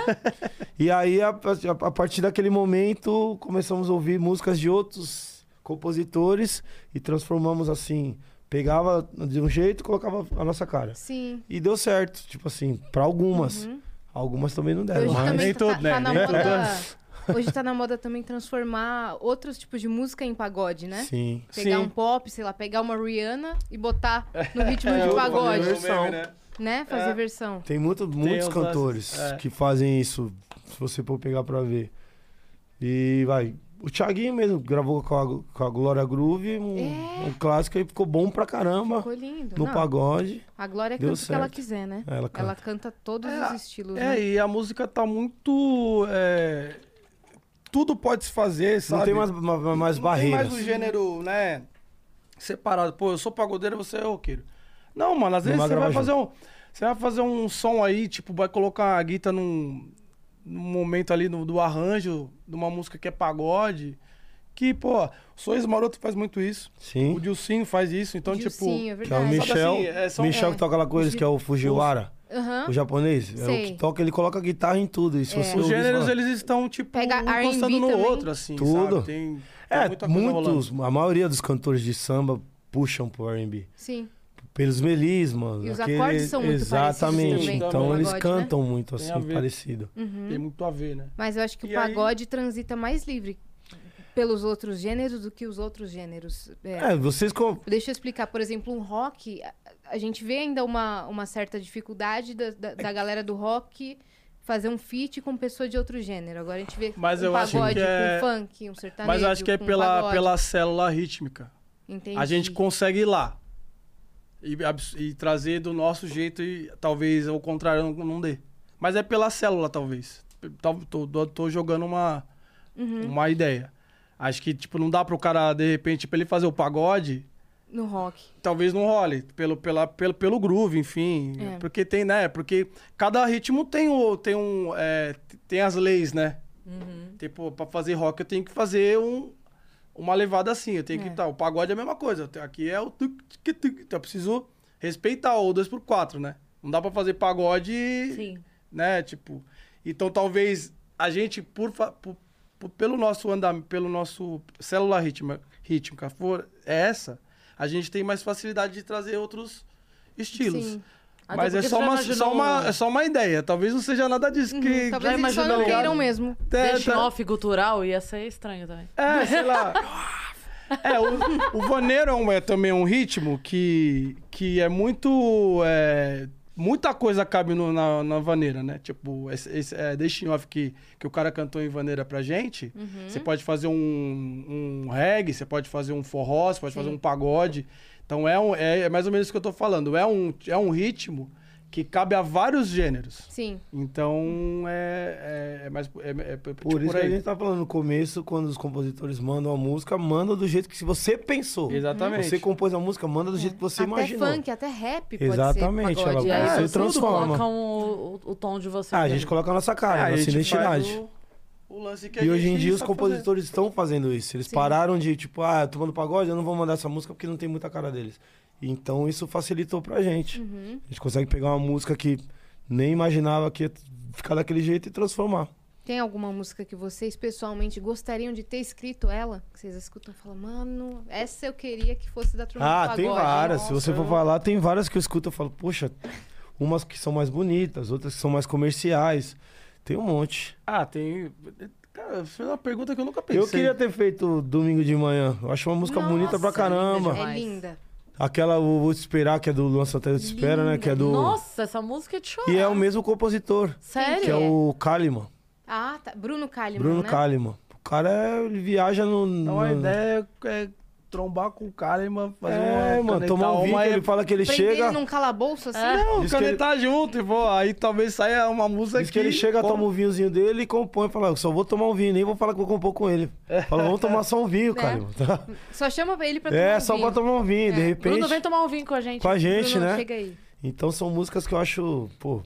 E aí, a, a- a partir daquele momento, começamos a ouvir músicas de outros compositores e transformamos assim. Pegava de um jeito e colocava a nossa cara. Sim. E deu certo, tipo assim, pra algumas. Algumas também não deram, Uhum. Hoje mas... também nem tá, todo, né? tá na Nem moda... Hoje tá na moda também transformar outros tipos de música em pagode, né? Sim. Pegar Sim. um pop, sei lá, pegar uma Rihanna e botar no ritmo É, de o- pagode, o meme, né? né? Fazer É. versão. Tem muito, muitos os cantores lances, é. que fazem isso, se você for pegar pra ver. E vai. O Thiaguinho mesmo gravou com a, com a Glória Groove um, É. um clássico e ficou bom pra caramba Ficou lindo. no Não, pagode. A Glória Deu canta o que ela certo. quiser, né? Ela canta. Ela canta todos É, os estilos, É, né? e a música tá muito. é, Tudo pode se fazer, sabe? Não tem mais, ma- ma- mais Não tem barreiras. mais o gênero, né? Separado. Pô, eu sou pagodeiro, você é roqueiro. Não, mano, às vezes Numa você vai grava fazer um. Você vai fazer um som aí, tipo, vai colocar a guita num, num momento ali no- do arranjo de uma música que é pagode. Que, pô, o Sorriso Maroto faz muito isso. Sim. O Dilcinho faz isso. Então, Gilcinho, é tipo. Que é o verdade. Michel. assim, é só- Michel é. que toca lá com eles, que é o Fujiwara, Aham. o japonês. É o Sei. É. que toca, ele coloca guitarra em tudo. E se você Os ouvir, gêneros, fala- eles estão, tipo, Pega um encostando R&B no também. outro, assim. Tudo. Sabe? Tem, tem É, muita coisa rolando. muitos, a maioria dos cantores de samba puxam pro R&B. Sim. Pelos melismas. E os aquele- acordes são muito parecidos Exatamente. também com o Então eles pagode, né? cantam muito Tem assim, a ver. parecido. Uhum. Tem muito a ver, né? Mas eu acho que o E aí- pagode transita mais livre pelos outros gêneros do que os outros gêneros. É. É, vocês... Tipo Com... Deixa eu explicar, por exemplo, um rock, a, a gente vê ainda uma, uma certa dificuldade da, da, da galera do rock fazer um feat com pessoa de outro gênero. Agora a gente vê Mas um eu acho pagode que é- com funk, um sertanejo. Mas acho que é com pela, pagode. pela célula rítmica. Entendi. A gente consegue ir lá. E, abs- e trazer do nosso jeito e talvez ao contrário não, não dê. Mas é pela célula, talvez. Tal- Tô, tô- tô jogando uma, Uhum. uma ideia. Acho que, tipo, não dá pro cara, de repente, pra ele fazer o pagode, No rock. talvez não role. Pelo, pela, pelo, pelo groove, enfim. É. Porque tem, né? Porque cada ritmo tem, o, tem, um, é, tem as leis, né? Uhum, Tipo, pra fazer rock eu tenho que fazer um, uma levada assim. Eu tenho É. que. Tá, o pagode é a mesma coisa. eu tenho- Aqui é o. tuc, tic, tic, Então eu preciso respeitar o 2x4, né? Não dá pra fazer pagode. Sim. Né? Tipo. Então talvez a gente, por, fa- por- por- pelo nosso andamento, pelo nosso célula ritma, rítmica for essa, a gente tem mais facilidade de trazer outros estilos. Sim. Até Mas é porque só, Ah, você já uma, imaginou só, uma, um- é só uma ideia. Talvez não seja nada disso que. Uhum, Talvez eles só não imaginou. queiram mesmo. É, Deixa tá- em off cultural ia ser estranho também. É, sei lá. É, o, o vaneiro é, um- é também um ritmo que, que é muito. é, muita coisa cabe no- na, na vaneira, né? Tipo, esse, esse é, Deixa em off que, que o cara cantou em vaneira pra gente. Você pode fazer um, um reggae, você pode fazer um forró, você pode fazer um pagode. Então é, um, é, é mais ou menos isso que eu tô falando. É um, é um ritmo que cabe a vários gêneros. Sim. Então é, é, é mais. É, é, é Por tipo isso por que a aí. gente tá falando no começo, quando os compositores mandam a música, mandam do jeito que você pensou. Exatamente. Você compôs a música, manda do jeito que você até imaginou. funk, até rap pode Exatamente, ser É. pagode. ela- né? isso tudo transforma. colocam o, o, o tom de você. Ah, a mesmo. gente coloca a nossa cara, a É, a nossa gente identidade. faz o- o lance que é a E hoje em gente dia os sabe compositores estão fazendo isso. Eles Sim. pararam de, tipo, ah, eu tô tomando pagode, eu não vou mandar essa música porque não tem muita cara deles. Então isso facilitou pra gente. A gente consegue pegar uma música que nem imaginava que ia ficar daquele jeito e transformar. Tem alguma música que vocês pessoalmente gostariam de ter escrito ela? Que vocês escutam e falam, mano, essa eu queria que fosse da turma do Ah, pagode. tem várias. Se Nossa, você for eu- falar, tem várias que eu escuto, eu falo, poxa, umas que são mais bonitas, outras que são mais comerciais. Tem um monte. fazer. Ah, tem. Cara, foi uma pergunta que eu nunca pensei. Eu queria ter feito domingo de manhã. Eu acho uma música bonita pra Nossa, caramba. linda É Mas- linda. Aquela o Vou Te Esperar, que é do Luan Santana Te Espera, né? Que é do. Nossa, essa música é de chorar. E é o mesmo compositor, Sério? que é o Kaliman. Ah, tá. Bruno Kalimann, Bruno né? Kaliman. O cara é- ele viaja no. Então a no- ideia é trombar com o cara e mano, fazer É, uma. mano, canetar tomar um vinho, tá uma é que e- ele fala que ele Prender chega. ele num calabouço, assim? Não, Diz que canetar tá junto e pô, aí talvez saia uma música Diz que ele chega, pô, toma um o vinhozinho dele e compõe. Fala, eu só vou tomar um vinho, nem vou falar que vou compor com ele. É. Fala, vamos tomar só um vinho, Né? Kaliman. tá? Só chama pra ele pra tomar É, um só vinho. pra tomar um vinho, de É. repente. Bruno, vem tomar um vinho com a gente. Com a gente, Bruno, né? chega aí. Então são músicas que eu acho, pô,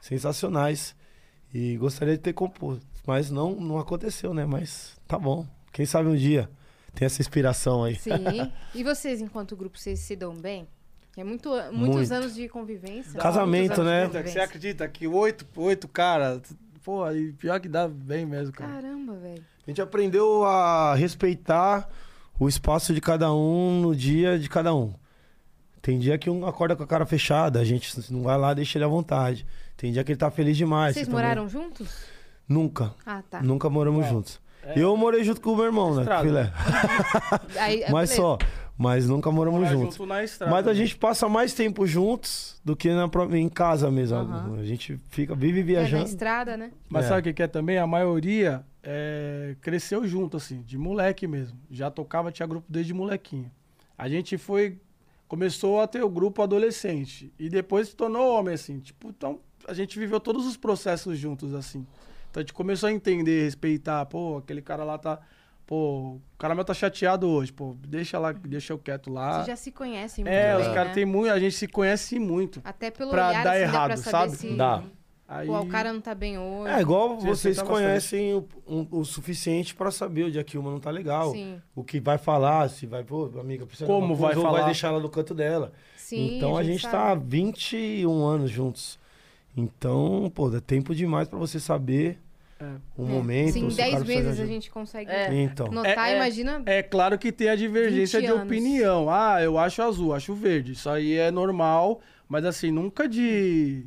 sensacionais. E gostaria de ter composto. Mas não, não aconteceu, né? Mas tá bom. Quem sabe um dia tem essa inspiração aí. Sim. E vocês, enquanto grupo, vocês se dão bem? Que é muito, muitos Muito. anos de convivência. Casamento, muitos anos né? de acredita que- Você convivência. acredita que oito, oito caras. Pô, aí pior que dá bem mesmo, cara. Caramba, velho. A gente aprendeu a respeitar o espaço de cada um no dia de cada um. Tem dia que um acorda com a cara fechada, a gente não vai lá, deixa ele à vontade. Tem dia que ele tá feliz demais. Vocês você também. moraram juntos? Nunca. Ah, tá. Nunca moramos juntos. Eu morei junto com o meu irmão, né? É. Estrada. Filé. Aí, é, Mas beleza. só. Mas nunca moramos Morar juntos. junto na estrada. Mas a né? gente passa mais tempo juntos do que na, pró- em casa mesmo. Aham. A gente fica, vive É, na viajando. estrada, né? Mas É. sabe o que, que é também? A maioria é, cresceu junto, assim, de moleque mesmo. Já tocava, tinha grupo desde molequinho. A gente foi. Começou a ter o grupo adolescente. E depois se tornou homem, assim. Tipo, então a gente viveu todos os processos juntos, assim. Então a gente começou a entender, respeitar, pô, aquele cara lá tá Pô, o Caramel tá chateado hoje, pô, deixa lá, deixa eu quieto Ah. lá. Vocês já se conhecem muito É, bem, os caras né? têm muito, a gente se conhece muito. Até pelo pra olhar, dar assim, dá pra errado, saber sabe? se... Dá. Aí, Pô, o cara não tá bem hoje. É igual Sim, vocês você tá conhecem o, um- o suficiente pra saber onde a Kilma não tá legal. Sim. O que vai falar, se vai, pô, amiga, precisa de Como alguma coisa, vai ou falar? vai deixar ela no canto dela. Sim, então a gente, tá há 21 anos juntos. Então, pô, dá tempo demais pra você saber É. o um momento. Sim, se em o 10 cara precisa de um. meses a ajuda. gente consegue É. Então, notar, É, é. imagina... É claro que tem a divergência 20 de anos. opinião. Ah, eu acho azul, acho verde. Isso aí é normal, mas assim, nunca de.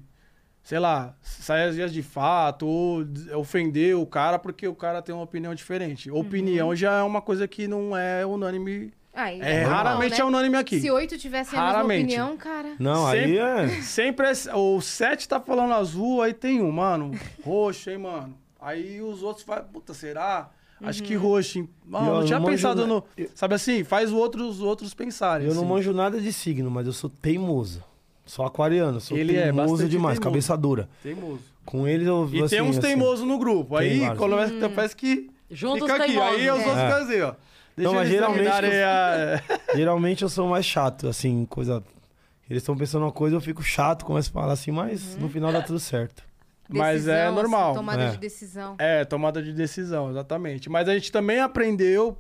Sei lá, sair às vias de fato, ou des- ofender o cara porque o cara tem uma opinião diferente. Uhum. Opinião já é uma coisa que não é unânime. Ah, e- É, normal, raramente né? é unânime aqui. Se oito tivessem a mesma Raramente. opinião, cara... não, aí Sempre- é... Sempre é, o 7 tá falando azul, aí tem um, mano, roxo, hein, mano. Aí os outros falam, puta, será? Acho Uhum. que roxo, hein? Mano, E eu não não tinha manjo pensado na- no. Sabe assim? Faz o outro- os outros pensarem. Eu não assim. manjo nada de signo, mas eu sou teimoso. Sou aquariano, sou Ele é teimoso bastante demais, teimoso. cabeça dura. Teimoso. Com ele eu E assim, tem uns assim, teimosos no grupo. Tem Aí, vários. quando hum. parece que. Juntos fica aqui. teimosos, Aí os né? outros É. ficam assim, ó. Deixa mas eles geralmente terminarem a- Geralmente eu sou mais chato, assim, coisa. Eles estão pensando uma coisa, eu fico chato, começo a falar assim, mas no final dá tudo certo. Mas é decisão, assim, normal. tomada É. de decisão. É, tomada de decisão, exatamente. Mas a gente também aprendeu,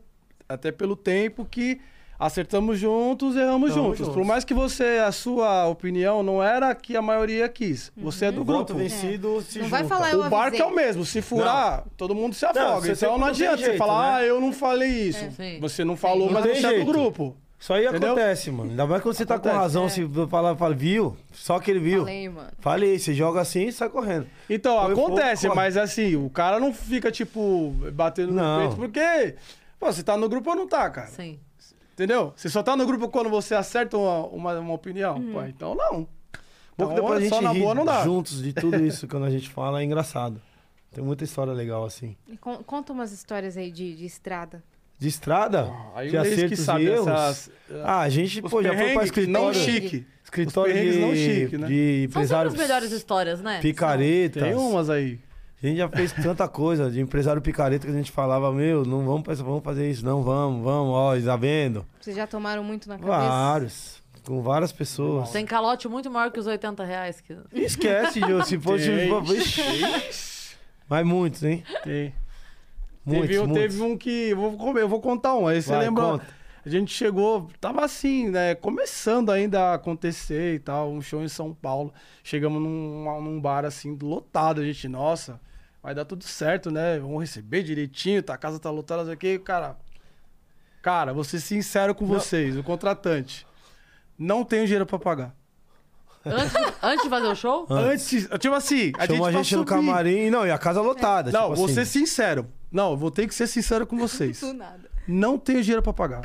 até pelo tempo, que acertamos juntos, erramos Erramos juntos. Por juntos. mais que você, a sua opinião não era a que a maioria quis. Você é do grupo. Voto vencido, se Não junta. vai falar, Uhum. eu O barco avisei. é o mesmo. Se furar, todo mundo se afoga. você então sempre não não tem adianta você jeito, falar, né? ah, eu não falei É, isso. Sim. Você não falou, Não mas tem você é do jeito. grupo. Isso aí Entendeu? acontece, mano. Ainda mais quando você tá com Acontece. razão, se falar, fala, viu? Só que ele viu. Falei. Falei, mano. você joga assim e sai correndo. Então, Foi fogo, acontece, corre. mas assim, o cara não fica, tipo, batendo Não. no peito, porque pô, você tá no grupo ou não tá, cara. É, Sim. Entendeu? Você só tá no grupo quando você acerta uma, uma, uma opinião? Pô, então não. Pouco Então, depois a gente só na ri boa não dá. juntos de tudo isso quando a gente fala, é engraçado. Tem muita história legal assim. E con- Conta umas histórias aí de, de estrada. De estrada, Aí de o Leis acertos que sabe e erros. essas... Ah, a gente, os pô, já foi pra perrengues que escritório. não escritório. chique. Escritório Os perrengues de, não chique, São de né? sempre empresário as melhores histórias, né? picareta. Tem umas aí. A gente já fez tanta coisa de empresário picareta que a gente falava, meu, não vamos, pra isso, vamos fazer isso, não, vamos, vamos, ó, está vendo? Vocês já tomaram muito na cabeça? Vários. Com várias pessoas. Tem calote muito maior que os 80 reais. Que... Esquece, Jô, se fosse. Tem. Vixe. Mas muitos, hein? Tem. Muitos, teve, um, muitos. teve um que. Eu vou, comer- eu vou contar um. Aí você Vai, lembra. conta. A gente chegou, tava assim, né? Começando ainda a acontecer e tal, um show em São Paulo. Chegamos num, num bar assim, lotado. A gente, nossa, vai dar tudo certo, né? Vamos receber direitinho, tá, a casa tá lotada, não sei o quê. Cara, cara, vou ser sincero com vocês, o contratante. Não tenho dinheiro pra pagar. Antes, antes de fazer o show? Antes, tipo assim, Chamou a gente, a pra gente no subir. camarim. Não, e a casa lotada. Não, tipo vou ser assim. sincero. Não, vou ter que ser sincero com vocês. Do nada. não tenho dinheiro pra pagar.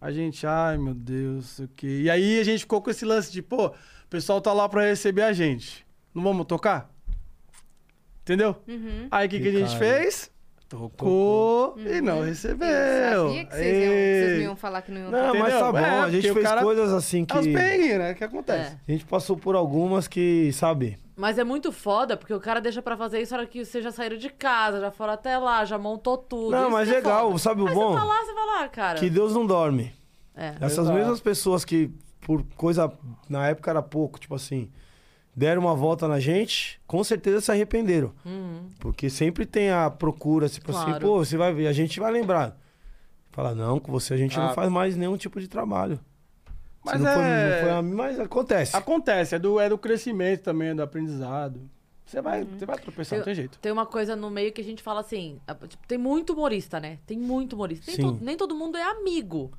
A gente, ai meu Deus, o que. E aí a gente ficou com esse lance de, pô, o pessoal tá lá pra receber a gente. Não vamos tocar? Entendeu? Uhum. Aí o que, que a gente Ficaram. fez? Tocou e não recebeu. Eu Uhum. sabia que vocês, iam, vocês não iam falar que não iam Não, mas Entendeu? tá bom. É, a gente porque o fez cara- coisas assim É que. os perrengues, né? Que acontece. É. A gente passou por algumas que, sabe? Mas é muito foda, porque o cara deixa pra fazer isso na hora que vocês já saíram de casa, já foram até lá, já montou tudo. Não, Isso mas que é legal, foda. sabe o Aí bom? Você tá lá, você vai lá, cara. Que Deus não dorme. É. Essas Exato. mesmas pessoas que, por coisa. Na época era pouco, tipo assim. Deram uma volta na gente, com certeza se arrependeram. Porque sempre tem a procura, tipo assim, Uhum. Claro. pô, você vai ver, a gente vai lembrar. Fala, não, com você a gente Ah. não faz mais nenhum tipo de trabalho. Se Mas não foi- é- não foi a mim, mas acontece. Acontece, é do, é do crescimento também, é do aprendizado. Você vai, Uhum. você vai tropeçar, não tem jeito. Tem uma coisa no meio que a gente fala assim: a- tipo, tem muito humorista, né? Tem muito humorista. Nem, Sim. to- nem todo mundo é amigo.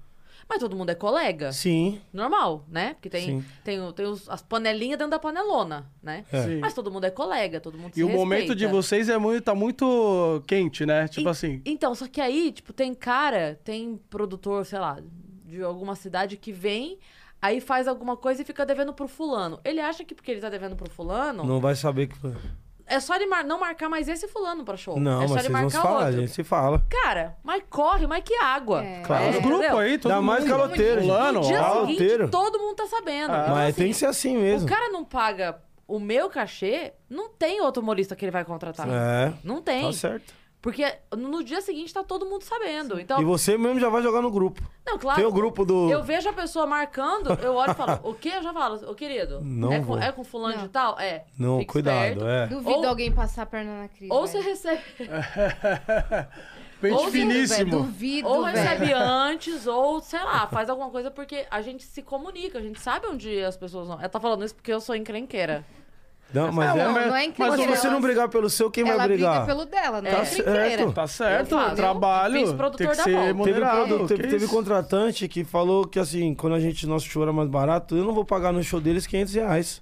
Mas todo mundo é colega. Sim. Normal, né? Porque tem, Sim. tem, o- tem os- as panelinhas dentro da panelona, né? É. Sim. Mas todo mundo é colega, todo mundo se E o momento de respeita. vocês é muito, tá muito quente, né? Tipo En- assim. Então, só que aí, tipo, tem cara, tem produtor, sei lá, de alguma cidade que vem, aí faz alguma coisa e fica devendo pro fulano. Ele acha que porque ele tá devendo pro fulano, Não vai saber que foi. é só ele mar- não marcar mais esse fulano pra show. Não, é só mas ele vocês vão se marcar falar, a outro. gente se fala. Cara, mas corre, mas que água. É. Claro. Os É, grupos entendeu? aí, todo Ainda mundo. mais caloteiro, gente. Fulano, No dia ó. seguinte, roteiro. todo mundo tá sabendo. Então, Ah, mas assim, tem que ser assim O mesmo. cara não paga o meu cachê, não tem outro humorista que ele vai contratar. É. Não tá. tem. Tá certo. Porque no dia seguinte tá todo mundo sabendo. Então, E você mesmo já vai jogar no grupo. não, claro. Tem o grupo do. Eu vejo a pessoa marcando, eu olho e falo, o quê? Eu já falo, ô querido, Não é, com, vou. é com fulano Não. de tal? É. Não, Fica cuidado, esperto. é. Duvido Ou- alguém passar a perna na crise. Ou você velho. recebe. Pente Ou se- Velho, finíssimo. Duvido, Ou velho. recebe antes, ou sei lá, faz alguma coisa porque a gente se comunica, a gente sabe onde as pessoas vão. Ela tá falando isso porque eu sou encrenqueira. Não, mas, Não, é, mas- não é mas se incrível, você ela- não brigar pelo seu, quem Ela vai briga brigar? pelo dela, não Tá é brincadeira. certo. Tá certo, Eu faço. trabalho. Fiz produtor tem que da ser Bol. moderado. Teve, que teve isso? contratante que falou que assim, quando a gente, nosso show era mais barato, eu não vou pagar no show deles 500 reais.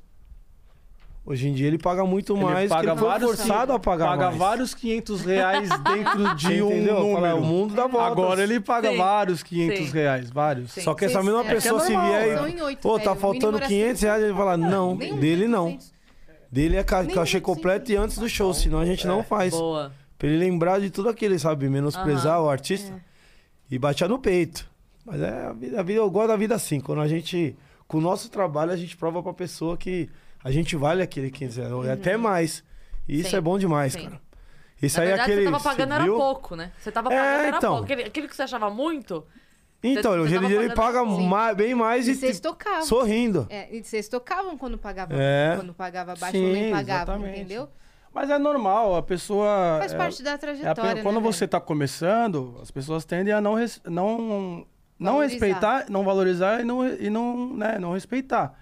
Hoje em dia ele paga muito Ele mais, que paga ele foi vários- forçado a pagar Paga mais. vários 500 reais dentro Você de um entendeu? Fala, número. o mundo dá voltas. Agora ele paga Sim. vários 500 Sim. reais, vários. Sim. Só que essa Vocês- mesma é que é pessoa se normal, vier são e... em oito, Pô, velho. tá O mínimo faltando era 500 reais, ele fala, não, Nem um dele não. 800. Dele é ca- Nem É. cachê 800. completo e antes do show, senão a gente não faz. Boa. Pra ele lembrar de tudo aquele, sabe? Menosprezar o É. artista e baixar no peito. Mas é a vida, a vida- eu gosto da vida assim. Quando a gente, com o nosso trabalho, a gente prova pra pessoa que a gente vale aquele 15 reais, ou É até mais. E isso Uhum. Sim, é bom demais, sim. cara. Isso Na aí é verdade, aquele. você tava pagando você era viu? pouco, né? Você tava É, pagando era então. pouco. Aquele, aquilo que você achava muito, Então, Você- hoje você em tava dia ele pagando assim. paga era pouco. mais, bem mais E e, vocês tipo, ah, tocavam. sorrindo. É, e vocês tocavam quando pagava, É. quando pagava baixo Sim, ou nem pagava, exatamente. entendeu? Mas é normal, a pessoa. Faz é- parte da é a pe- trajetória, né, Quando velho? você tá começando, as pessoas tendem a não, res- não, não Valorizar. respeitar, não valorizar e não, e não, né, não respeitar.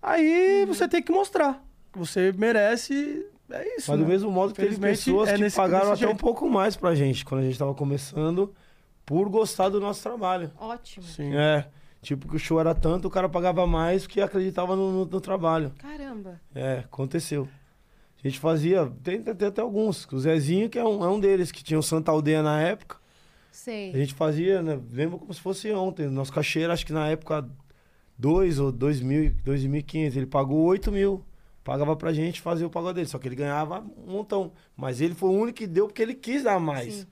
Aí Uhum. você tem que mostrar que você merece. É isso. Mas do né? mesmo modo que teve Infelizmente, pessoas é que nesse- pagaram até desse um jeito. pouco mais pra gente, quando a gente tava começando, por gostar do nosso trabalho. Ótimo. Sim. É. Tipo, que o show era tanto, o cara pagava mais porque acreditava no, no- no trabalho. Caramba. É, aconteceu. A gente fazia, tem, tem até alguns. O Zezinho, que é um, é um deles, que tinha o Santa Aldeia na época. Sei. A gente fazia, né? Lembro como se fosse ontem. Nosso cachê era, acho que na época, 2 ou 2 mil, 2.500. Ele pagou 8 mil. Pagava pra gente fazer o pagode dele. Só que ele ganhava um montão. Mas ele foi o único que deu porque ele quis dar mais. Sim.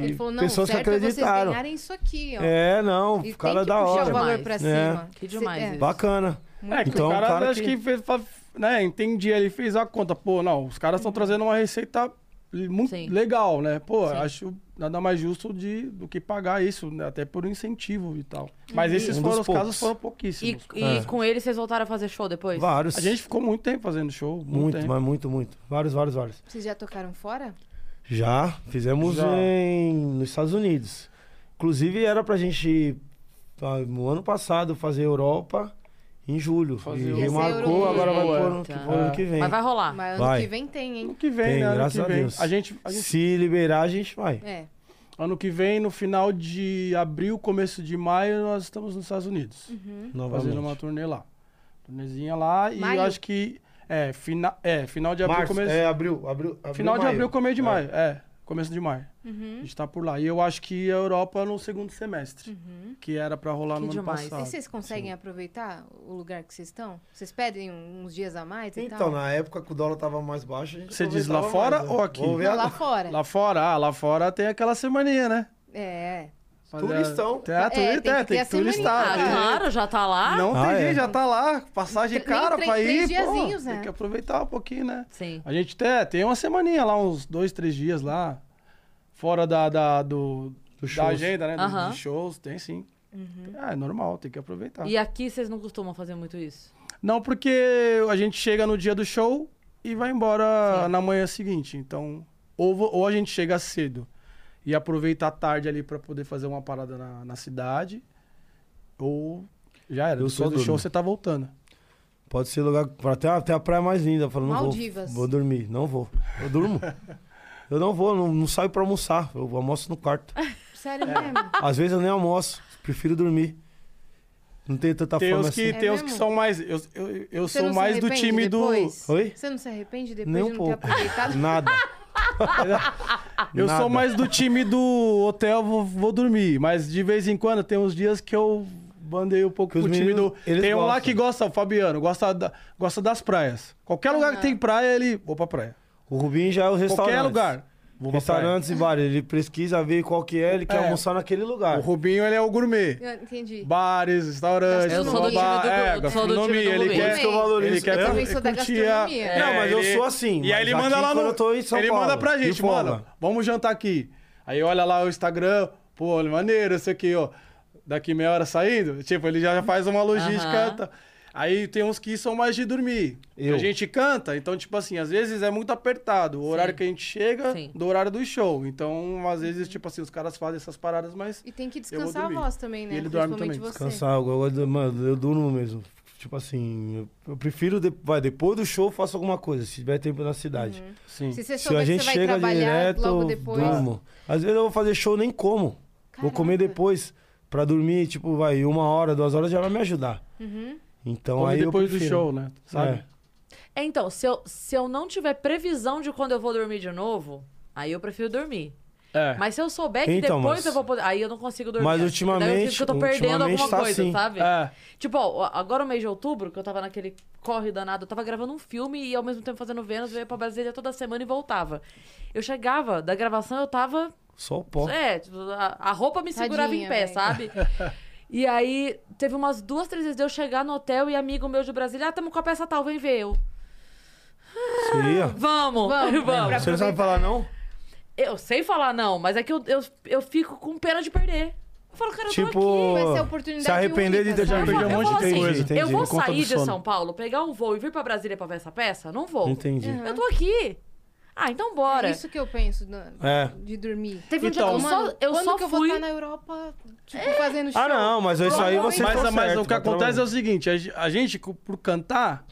E Ele falou, não, pessoas que certo é vocês acreditaram. ganharem isso aqui, ó. É, não, E o cara tem que da puxar hora. o valor Demais. pra É. cima. Que demais Cê- isso. Bacana. É, que Então, o cara, o cara acho que- que, fez, fa- né, entendi ali, fez a conta. Pô, não, os caras Uhum. estão trazendo uma receita li- muito Sim. legal, né? Pô, Sim. acho nada mais justo de, do que pagar isso, né? até por incentivo e tal. Mas Uhum. esses Um dos foram os poucos. casos, foram e, pouquíssimos. e É. com ele vocês voltaram a fazer show depois? Vários. A gente ficou muito tempo fazendo show, muito, Muito, tempo. mas muito, muito. Vários, vários, vários. Vocês já tocaram fora? Já fizemos Já. Em, nos Estados Unidos. Inclusive, era pra gente, ah, no ano passado, fazer Europa em julho. Fazer e Europa. remarcou, Ia ser agora vai Europa. pro ano, que- Tá. pro ano que vem. Mas vai rolar. Mas ano Vai. que vem tem, Ano hein? que vem, Tem, né? Ano graças que a vem. Deus. A gente, a gente- Se liberar, a gente vai. É. ano que vem, no final de abril, começo de maio, nós estamos nos Estados Unidos. Uhum. novamente. Fazendo uma turnê lá. Turnezinha lá. E Maio? eu acho que. É, fina, é final de abril, Março, começo. é, abril, abril, abril, Final de maio. abril, começo de É. maio. É, começo de maio. Uhum. A gente tá por lá. E eu acho que a Europa no segundo semestre, Uhum. que era pra rolar Que no demais. ano Tá, E passado. vocês conseguem aproveitar o lugar que vocês estão? Vocês pedem um- uns dias a mais e Então, tal? na época que o dólar tava mais baixo, a gente Você diz lá aproveitava fora mais, ou aqui? Vamos ver Não, lá agora. fora. Lá fora, ah, lá fora tem aquela semaninha, né? É. Fazer- Turistão. Tem, a É, turista, tem que é, ter tem a que semaninha. turistar. Ah, né? né? tem jeito. claro, já tá lá. Não Ah, tem é. jeito, já tá lá. Passagem Tre- nem cara três- pra ir. três pô, diazinhos, né? Tem que aproveitar um pouquinho, né? Sim. A gente tem, tem uma semaninha lá, uns dois, três dias lá. Fora da, da, do, Dos da shows. agenda, né? Dos- Aham. Dos shows, tem sim. Ah, é normal, tem que tá. aproveitar. E aqui vocês não costumam fazer muito isso? Não, porque a gente chega no dia do show e vai embora na manhã seguinte. Então, ou, vo- ou a gente chega cedo e aproveita a tarde ali pra poder fazer uma parada na, na cidade, ou já era. Eu Depois só do durmo. show você tá voltando. Pode ser lugar. pra Até, até a praia mais linda. Eu falo, não Maldivas. vou. Vou dormir. Não vou. Eu durmo. eu não vou, não, não saio pra almoçar. Eu almoço no quarto. Sério mesmo? Às vezes É. eu nem almoço. Prefiro dormir. Não tenho tanta tem fome os que, assim. tem É os que mesmo? são mais. Eu, eu, eu Você sou não se mais do arrepende time depois? Oi? Você não se arrepende depois Nem um de não pouco. ter aproveitado? Nada. do. Eu Nada. sou mais do time do hotel, vou, vou dormir. Mas de vez em quando tem uns dias que eu bandei um pouco Que os pro time do. meninos, eles Tem um lá gostam. que gosta, o Fabiano, gosta, da- Ah. gosta das praias. Qualquer lugar que tem praia, ele. Vou pra praia. O Rubinho já é o restaurante. Qualquer lugar. Vou pra praia. Restaurantes e bares, ele pesquisa, vê qual que é, ele quer É. almoçar naquele O lugar. Rubinho, ele é o gourmet. Eu Ah, entendi. Bares, restaurantes, Eu sou do blá, time blá, do blá. gru- eu sou do time do gastronomia, ele gourmet. quer Isso que eu valorizo. Ele quer Eu também sou da curtir a- gastronomia. É, Não, mas eu ele- sou assim, E aí mas ele manda aqui lá no. quando eu tô em São ele Paulo, manda pra de gente, folga. mano. Vamos jantar aqui. Aí olha lá o Instagram. Pô, olha, maneiro, isso aqui, ó. Daqui meia hora saindo. Tipo, ele já faz uma logística. Aham. tá. Aí tem uns que são mais de dormir. Que Eu. A gente canta, então, tipo assim, às vezes é muito apertado. O horário que a gente chega Sim. do horário do show. Então, às vezes, tipo assim, os caras fazem essas paradas, mas. E tem que vou descansar a dormir. voz também, né? E ele dorme Principalmente também, você. Cansar, eu gosto de- mano, eu durmo mesmo. Tipo assim, eu, eu prefiro, de- vai, depois do show eu faço alguma coisa, se tiver tempo na cidade. Sim. Se você Se souber a gente que você vai chega trabalhar direto, logo depois. durmo. Às vezes eu vou fazer show, nem como. Vou comer Caraca. depois, pra dormir, tipo, vai, uma hora, duas horas já vai me ajudar. Uhum. Então Come aí eu depois do prefiro. show, né? Sabe? É. É, então, se eu, se eu não tiver previsão de quando eu vou dormir de novo, aí eu prefiro dormir. É. Mas se eu souber que Então, depois mas- eu vou poder. Aí eu não consigo dormir. Mas Daí eu sinto ultimamente- que eu tô perdendo ultimamente alguma tá coisa, assim. sabe? É. Tipo, ó, agora o mês de outubro, que eu tava naquele corre danado, eu tava gravando um filme e ao mesmo tempo fazendo Vênus, eu ia pra Brasília toda semana e voltava. Eu chegava da gravação, eu tava. Só o pó. Ah, É, tipo, a, a roupa me segurava em Tadinha, pé, velho. sabe? E aí, teve umas duas, três vezes de eu chegar no hotel e amigo meu de Brasília, ah, tamo com a peça tal, vem ver eu. Seria? Vamos, Vamos, vamos. pra- Você não sabe falar não? Eu sei falar não, mas é que eu, eu, eu fico com pena de perder. Eu falo, cara, eu Tipo, tô aqui. Vai ser a oportunidade se arrepender de única, ter já sabe? Eu, perdi falo- eu um monte falo de assim, coisa, eu vou sair de sono. São Paulo, pegar um voo e vir pra Brasília pra ver essa peça? Não vou. Entendi. Uhum. Eu tô aqui. Ah, então bora. É isso que eu penso na- É. de dormir. Teve um dia que Então, eu só, eu Quando só que eu vou fui... tá É. estar na Europa, tipo, fazendo show? Ah, não, mas isso aí você mas, tá mas certo, o que tá acontece é o trabalhando. seguinte, a ge- a gente, co- por cantar,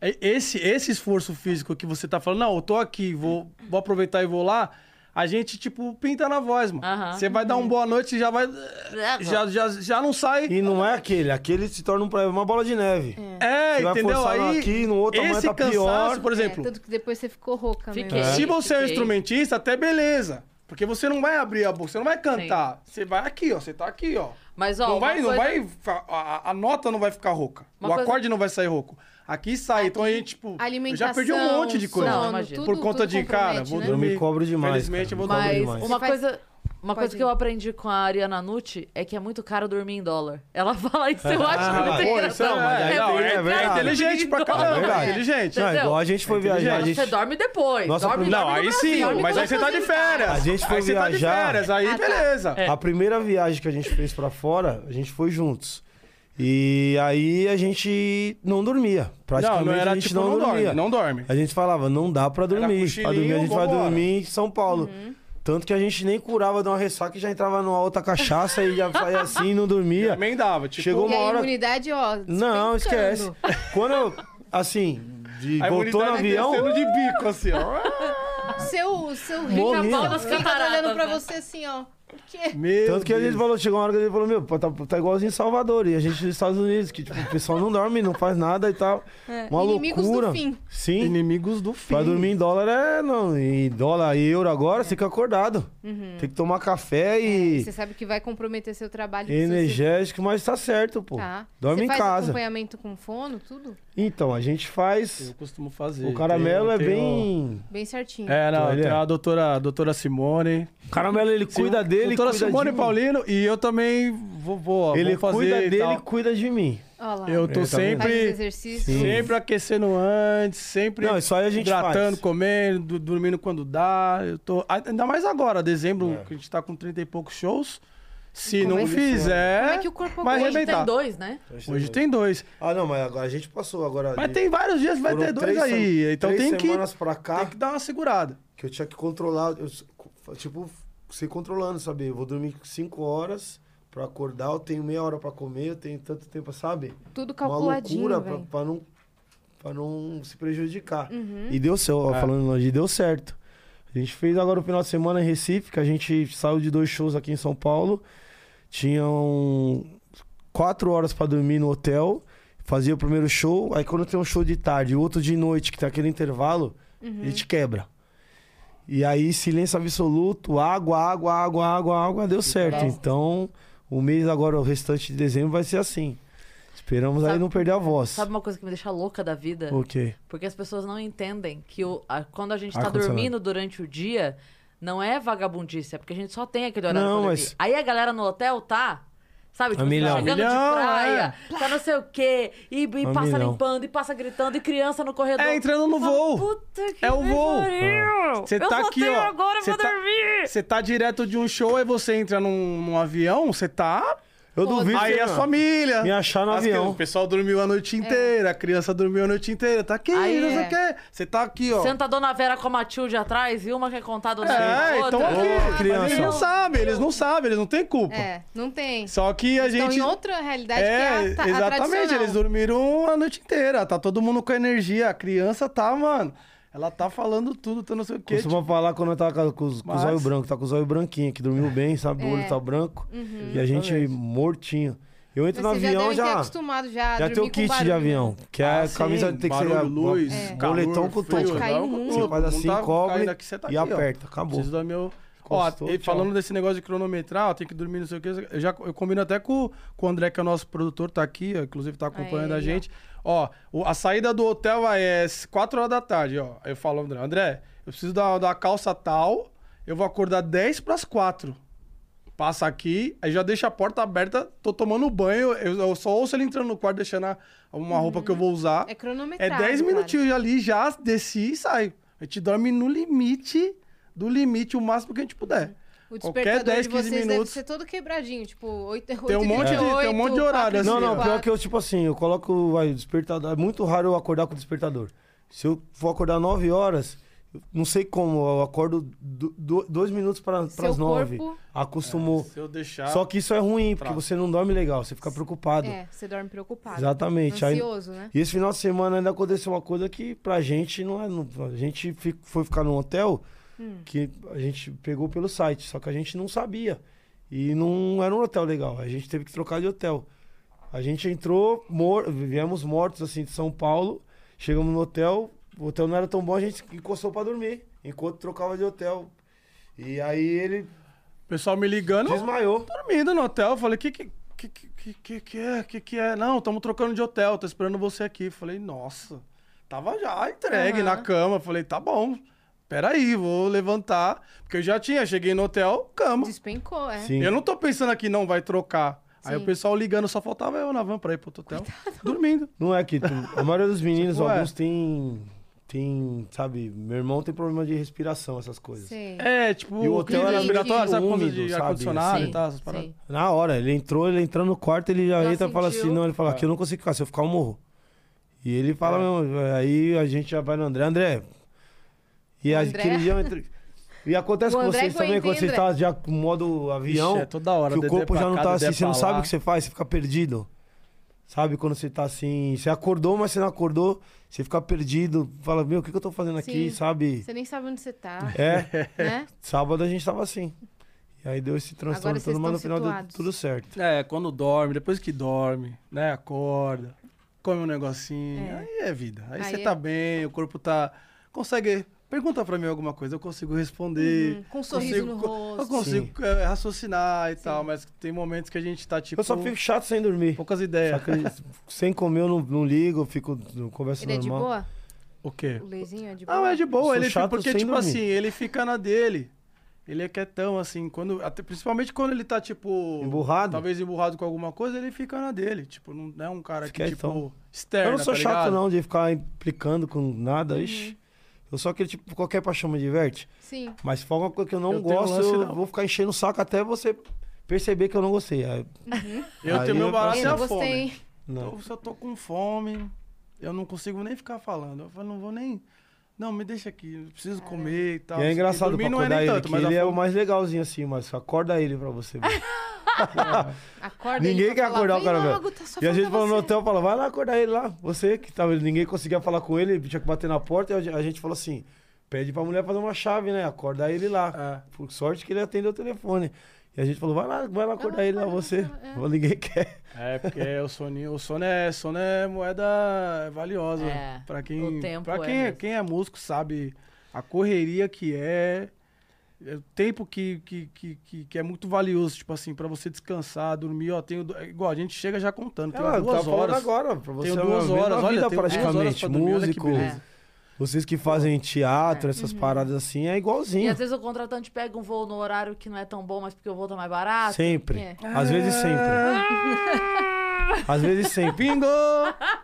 é- esse, esse esforço físico que você tá falando, não, eu tô aqui, vou, vou aproveitar e vou lá, a gente, tipo, pinta na voz, mano. Aham. Tá Você vai dar um boa noite e já vai... Já, já, já não sai... E não é aquele, aquele se torna um pra- uma bola de neve. É, Você vai entendeu? forçar Aí, aqui, no outro amanhã esse tá cansaço, pior. por É, exemplo, tanto que depois você ficou rouca né? mesmo. Fiquei. se você é um Fiquei. instrumentista, até beleza. Porque você não vai abrir a boca, você não vai cantar. Você vai aqui, ó, você tá aqui, ó. Mas, ó, não Então, uma vai, não coisa- vai. fa- A, a- a nota não vai ficar rouca. Uma o coisa- acorde não vai sair rouco. Aqui sai. então a gente, tipo, eu Alimentação, já perdi um monte de coisa. sono, sono, imagina. tudo- por conta tudo de, cara, compromete, vou né? Eu dormir. me cobro demais, Felizmente, cara, me eu vou cobro Mas dormir. demais. uma Você faz- coisa, uma coisa ir. que eu aprendi com a Ariana Nucci é que é muito caro dormir em dólar. Ela fala isso, eu acho Ah, muito pô, isso é, engraçado. mas aí é, não, tem- é- é é verdade. inteligente pra caramba. verdade. É inteligente. Não, entendeu? igual a gente foi viajar. A Mas gente, Você dorme depois. Nossa, dorme, Bruno, Não, dorme no aí Brasil, sim, dorme mas com aí você tá de férias. A gente foi aí você tá de viajar. É, férias, aí Ah, tá. beleza. A primeira viagem que a gente fez pra fora, a gente foi juntos. E aí a gente não dormia. Praticamente a gente não, dormia. dorme, tipo, não dorme. A gente falava, não dá pra dormir. Pra cochilinho, dormir a gente vai vambora. dormir em São Paulo. Tanto que a gente nem curava de uma ressaca e já entrava numa outra cachaça e já saía assim e não dormia. Também dava, tipo, Chegou E uma a hora. imunidade, ó, despencando. Não, esquece. Quando eu, assim, de- a voltou no imunidade avião. descendo de bico, assim, ó. Ah, Seu, seu Morria. rico Das tá cataratas, olhando pra né? você assim, ó. Por quê? Meu Tanto que a gente Deus. falou, chegou uma hora que ele falou, meu, pô, tá, tá igualzinho em Salvador. E a gente nos Estados Unidos, que tipo, o pessoal não dorme, não faz nada e tal. Uma É, Inimigos loucura. do fim. Sim. Inimigos do fim. Pra dormir em dólar é. Não, em dólar e euro agora, você fica acordado. Tem que tomar café e. Uhum. É, Você sabe que vai comprometer seu trabalho. precisa ser- Energético, mas tá certo, pô. Tá. Dorme Você em faz casa. acompanhamento com fono, tudo? Então, a gente Eu faz. costumo fazer. O caramelo é Tem- tem o- bem. Bem certinho. É, não, Então, ele tem é. a doutora, a doutora Simone. O caramelo ele cuida Sim, dele, Doutora cuida Simone é de mim. Paulino e eu também vou, vou, Ele vou fazer cuida e dele, tal. cuida de mim. Ó lá. Eu tô É, tá vendo? Faz os sempre, exercícios. Sim. sempre aquecendo antes, sempre Não, isso aí a gente hidratando, faz. comendo, du- dormindo quando dá. Eu tô ainda mais agora, dezembro, É. que a gente tá com 30 e poucos shows. Se não Começou. fizer, Como é que o corpo vai aguenta? Hoje tem arrebentar. dois, né? Hoje tem dois. Ah, não, mas agora a gente passou agora. Mas de- tem vários dias que vai foram ter dois três aí. sem- então três tem que, semanas pra cá. tem que dar uma segurada. que eu tinha que controlar, eu s- co- tipo, se controlando, sabe? Eu vou dormir 5 horas pra acordar, eu tenho meia hora pra comer, eu tenho tanto tempo, sabe? Tudo Uma calculadinho, loucura pra, velho. pra não, pra não se prejudicar. E deu certo, ó, É. falando longe, e deu certo. A gente fez agora o final de semana em Recife, que a gente saiu de dois shows aqui em São Paulo. um Tinham quatro horas pra dormir no hotel. Fazia o primeiro show, aí quando tem um show de tarde e outro de noite, que tem aquele intervalo, ele te quebra. E aí, silêncio absoluto, água, água, água, água, água, deu certo. Então, o mês agora, o restante de dezembro, vai ser assim. Esperamos aí Sabe- não perder a voz. Sabe uma coisa que me deixa louca da vida? Ok. Porque as pessoas não entendem que o- a- quando a gente tá Ar-condicionado. dormindo durante o dia, Não é vagabundice, é porque a gente só tem aquele horário. Não, pra beber. mas- Aí a galera no hotel tá. Sabe, tipo, A milhão. tá chegando Um Milhão, é. Um de praia, tá não sei o quê, e, e A passa milhão. limpando, e passa gritando, e criança no corredor. É entrando no Eu falo, voo. Puta que É o me voo. pariu! Você Eu tá só aqui, tenho ó. agora, eu Você vou tá- dormir! Você tá direto de um show, aí você entra num, num avião, você tá. Eu duvido. Aí é você a não. família. Me achar no As avião. crianças- O pessoal dormiu a noite inteira, a criança dormiu a noite inteira. Tá aqui, Aí não sei é. o quê. Você tá aqui, ó. Senta a dona Vera com a Matilde atrás e uma quer contar do É, outra. então aqui. Ô, Mas criança. Eles não sabem, eles não sabem, eles não têm culpa. É, não tem. Só que a Estão gente. em outra realidade É, que é a, ta- a exatamente, tradicional. eles dormiram a noite inteira. Tá todo mundo com energia. A criança tá, mano. Ela tá falando tudo, tá não sei o quê. Costuma falar quando eu tava com, com os, com os Mas- olhos brancos, tá com os olhos branquinhos, que dormiu bem, sabe? O olho É. tá branco. E a gente mortinho. Eu entro Mas no vocês já avião devem ter já. acostumado já a Já tem o dormir com kit de barulho, avião, né? que é a camisa tem que ser a- Ah, luz, a- calor, boletão com frio, touca. Caiu não, muito. com Você touca. faz Não assim, tá cobre caindo aqui, você tá e aqui, ó. aberta. Acabou. Preciso dormir. o- Encostou, ó, e tchau. falando desse negócio de cronometrar, ó, tem que dormir não sei o que. Eu, já, eu combino até com, com o André, que é o nosso produtor, tá aqui, ó, inclusive tá acompanhando Aí, a gente. Ó, o- a saída do hotel vai, é 4 horas da tarde, ó. Eu falo, André, André, eu preciso da, da calça tal, eu vou acordar 10 pras 4. Passa aqui, aí já deixa a porta aberta, tô tomando banho, eu, eu só ouço ele entrando no quarto, deixando a- uma roupa que eu vou usar. É É cronometrado. 10 claro. minutinhos ali, já desci e saio. A gente dorme no limite do limite, o máximo que a gente puder. O Qualquer despertador 10, de 15 vocês deve minutos. ser todo quebradinho, tipo 8 Tem um monte de- tem um monte de horário, assim, Não, não, ó. pior que eu, tipo assim, eu coloco vai, o despertador. É muito raro eu acordar com o despertador. Se eu for acordar 9 horas, eu não sei como, eu acordo do, do- dois minutos para Seu as 9. corpo- Acostumou. Se eu deixar. Só que isso é ruim, porque Trato. você não dorme legal, você fica preocupado. É, você dorme preocupado. Exatamente. Aí- Ansioso, né? E esse final de semana ainda aconteceu uma coisa que pra gente não é. não- a gente fi- foi ficar num hotel Hum. que a gente pegou pelo site, só que a gente não sabia. E não era um hotel legal. A gente teve que trocar de hotel. A gente entrou, mor viemos mortos assim de São Paulo. Chegamos no hotel, o hotel não era tão bom, a gente encostou pra dormir, enquanto trocava de hotel. E aí ele O pessoal me ligando. desmaiou. dormindo no hotel. Eu falei, que que, que, que, que, que é? Que que é? Não, estamos trocando de hotel, tô esperando você aqui. Eu falei, nossa, tava já entregue na cama. Eu falei, tá bom, peraí, vou levantar. Porque eu já tinha, cheguei no hotel, cama. Despencou, é. Sim. Eu não tô pensando aqui, não, vai trocar. Aí Sim. o pessoal ligando, só faltava eu na van pra ir pro outro hotel. Dormindo. Não é que tu- a maioria dos meninos, Tipo, é. alguns tem, tem, sabe, meu irmão tem problema de respiração, essas coisas. Sei. É, tipo, E o hotel clima era respiratório, bem sabe? coisa úmido, de sabe? ar-condicionado Sim, e tal, essas paradas. sim. Na hora, ele entrou, ele entrando no quarto, ele já, Já entra e fala sentiu? assim, não, ele fala, aqui eu não consigo ficar, se eu ficar eu morro. E ele fala, É. mesmo, aí a gente já vai no André, André. E O a- André. aquele dia eu entrei- E acontece O com André vocês também, aguenta, quando hein, vocês André? tá já com modo avião, Ixi, é toda hora, que o Dedé corpo pra já não cá, tá Dedé assim, você pra não sabe lá. o que você faz, você fica perdido. Sabe, quando você tá assim, você acordou, mas você não acordou, você fica perdido, fala, meu, o que, que eu tô fazendo Sim. aqui, sabe? Você nem sabe onde você tá, É, né? sábado a gente tava assim. E aí deu esse transtorno vocês todo, mas no estão final deu situados. tudo certo. É, quando dorme, depois que dorme, né? Acorda, come um negocinho. É. Aí é vida. Aí, Aí você é- tá bem, o corpo tá. Consegue. Pergunta pra mim alguma coisa, eu consigo responder. Uhum, com um sorriso no rosto. Eu consigo é, raciocinar e tal, mas tem momentos que a gente tá tipo. Eu só fico chato sem dormir. É. Poucas Só ideias. que sem comer eu não, não ligo, eu fico, eu converso Ele é de normal. boa? O quê? O Leizinho é de boa? Não, é de Sou boa. Ele fica, chato porque, sem tipo dormir. assim, ele fica na dele. Ele é quietão, assim, quando, até, principalmente quando ele tá, tipo... Emburrado? Talvez emburrado com alguma coisa, ele fica na dele. Tipo, não é um cara que, Quietão. tipo, externo, eu não sou tá chato ligado? não de ficar implicando com nada, Uhum. ixi. Eu sou aquele tipo, qualquer paixão me diverte. Sim. Mas se for alguma coisa que eu não Eu tenho um gosto, lance, eu não. vou ficar enchendo o saco até você perceber que eu não gostei. Aí, Eu Aí tenho meu eu barato Assim, Eu é não a gostei. fome. hein? não. Eu, se eu tô com fome, eu não consigo nem ficar falando. Eu falo, não vou nem... Não, me deixa aqui, eu preciso comer e tal. E não é sei o quê. engraçado pra Dormir não é acordar nem ele, tanto, que mas a ele é o fome- mais legalzinho assim, mas acorda ele pra você ver. Acorda ele ninguém pra quer falar, acordar o "Vem cara logo, velho. tá só E a gente falta falou no você." hotel, fala, vai lá acordar ele lá. Você que tava, ninguém conseguia falar com ele, tinha que bater na porta, e a a gente falou assim, pede pra mulher fazer uma chave, né? Acordar ele lá. É. Por sorte que ele atendeu o telefone. E a gente falou, vai lá, vai lá acordar ele lá, você. Falou, Ninguém quer. É, porque o soninho, o sono é, sono é moeda valiosa. É, Pra quem, o tempo pra é quem, mesmo. quem é músico sabe a correria que é, é o tempo que, que, que, que, que é muito valioso, tipo assim, pra você descansar, dormir, ó, tem, o- é igual a gente chega já contando, tem Ela duas tá falando horas. agora, pra você. Tenho é uma duas vez na horas, olha, vida tenho duas horas praticamente, pra dormir, olha que músico, beleza. Vocês que fazem teatro, essas paradas assim, é E igualzinho. às vezes o contratante pega um voo no horário que não é tão bom, mas porque o voo tá mais barato. Sempre. É. Às vezes sempre. Às vezes sempre. Bingo!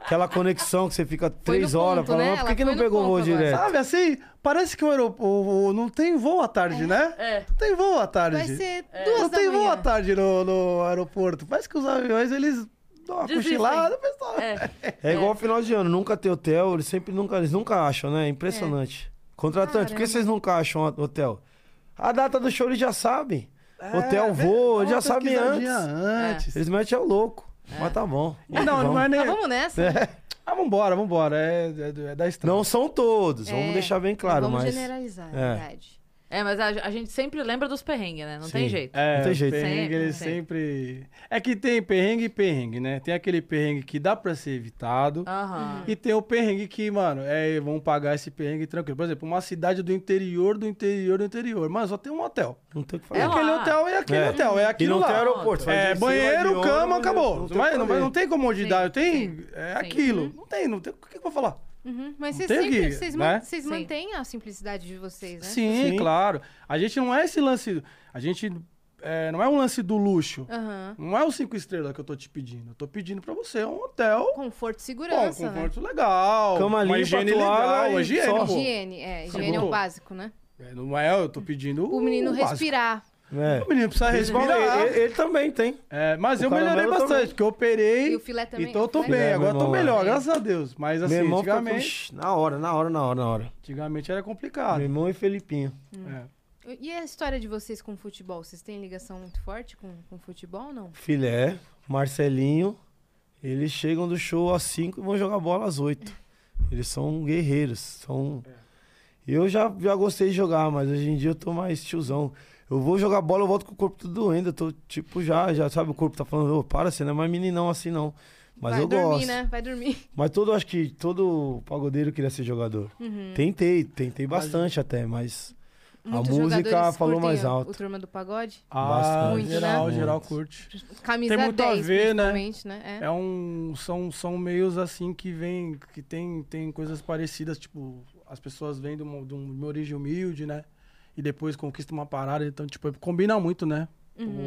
Aquela conexão que você fica Foi no três horas ponto, né? falando, por Ela que, que não foi no pegou o voo ponto agora. direto? Sabe assim? Parece que o aeroporto não tem voo à tarde, né? é. Não tem voo à tarde. Vai ser duas Não da tem voo à manhã. tarde no, no aeroporto. Parece que os aviões, eles dão uma Desistem. cochilada, o pessoal. É. É igual ao final de ano, nunca tem hotel, eles sempre nunca, eles nunca acham, né? É impressionante. Contratante, por que Caramba. vocês nunca acham o hotel? A data do show eles já sabem. É, hotel, voo, eles Dá já uma sabem antes. pesquisadinha antes. Eles metem é o louco. Mas tá bom. E Não, Vamos. não é nem. Ah, Tá vamos nessa? Ah, vambora, vambora. É, é, é da estrada. Não são todos, É, vamos deixar bem claro, vamos mas. generalizar, é é. verdade. É, mas a, a gente sempre lembra dos perrengues, né? Não tem Sim. jeito. É, Não tem jeito. o perrengue, Sempre, ele sempre... É que tem perrengue e perrengue, né? Tem aquele perrengue que dá pra ser evitado. Ah. Aham. E tem o perrengue que, mano, é, vão pagar esse perrengue tranquilo. Por exemplo, uma cidade do interior, do interior, do interior. Mano, só tem um hotel. Não tem o que É, fazer. lá. aquele hotel é aquele É. hotel, é e aquilo não lá. tem aeroporto. vai É, descer, vai de banheiro, ônibus, cama, acabou. Não, tem o vai- que não, vai- fazer. não tem comodidade, tem. sim, é sim. aquilo. Não tem, não tem. O que, que eu vou falar? Uhum, Mas Não vocês tem sempre, que, vocês, né? man- vocês Sim. mantêm a simplicidade de vocês, né? Sim, Sim. claro. A gente não é esse lance. A gente é, não é um lance do luxo. Aham. Não é o cinco estrelas que eu tô te pedindo. Eu tô pedindo pra você um hotel Conforto e bom, segurança, né? conforto legal. Cama uma limpa, higiene toalha legal, e higiene, só. pô. Higiene, é, higiene é o Acabou. básico, né? É, Não é, eu tô pedindo O menino básico. respirar. É. O menino precisa Bom, respirar. ele, ele- ele também tem. É, mas O eu melhorei caramelo bastante, também. porque eu operei. E o filé também, Então eu tô o filé. bem, É, meu agora eu tô irmão lá. melhor, graças a Deus. Mas assim, Meu irmão fica com- antigamente, Ah. Ixi, na hora, na hora, na hora, na hora. antigamente era Meu complicado. irmão e Felipinho. É. E a história de vocês com o futebol? Vocês têm ligação muito forte com com o futebol ou não? Filé, Marcelinho, eles chegam do show às 5 e vão jogar bola às 8. Eles são guerreiros, são... Eu já, já gostei de jogar, mas hoje em dia eu tô mais tiozão. Eu vou jogar bola, eu volto com o corpo tudo doendo. Eu tô, tipo, já, já sabe, o corpo tá falando, ô, para, você não é mais meninão assim, não. Mas Vai eu dormir, gosto. né? Vai dormir. Mas todo, acho que todo pagodeiro queria ser jogador. Uhum. Tentei, tentei bastante até, mas... Muitos música jogadores falou curtem mais o- alto. O Turma do Pagode. Ah, Bastante. geral, Muito, né? geral curte. Camisa Tem muito a 10, ver, né? principalmente, né? É. É um, são, são meios assim que vem, que tem, tem coisas parecidas, tipo, as pessoas vêm de uma, de um- de uma origem humilde, né? E depois conquistam uma parada, então, tipo, combina muito, né?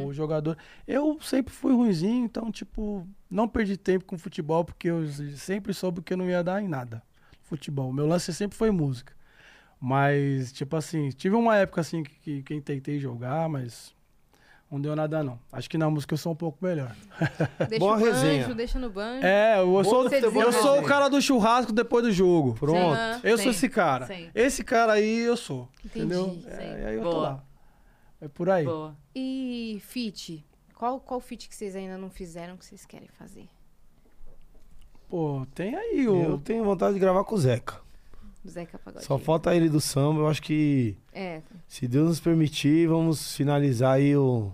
O jogador. Eu sempre fui ruimzinho, então, tipo, não perdi tempo com futebol, porque eu sempre soube que eu não ia dar em nada. Futebol. Meu lance sempre foi música. Mas, tipo assim, tive uma época assim que, que, que eu tentei jogar, mas não deu nada, não. Acho que na música eu sou um pouco melhor. Deixa É. Boa o resenha. banjo, deixa no banjo. É, eu sou, Você eu desenrola. sou o cara do churrasco depois do jogo. Pronto. Sim. Eu Sim. sou assim. esse cara. Sim. Esse cara aí eu sou. Entendi. Entendeu? Sim. É, aí eu tô Boa. lá. É por aí. Boa. E fit? Qual, qual fit que vocês ainda não fizeram que vocês querem fazer? Pô, tem aí Eu o. tenho vontade de gravar com o Zeca. Do Zeca Pagodinho. Só falta ele do samba. Eu acho que, É, se Deus nos permitir, vamos finalizar aí o,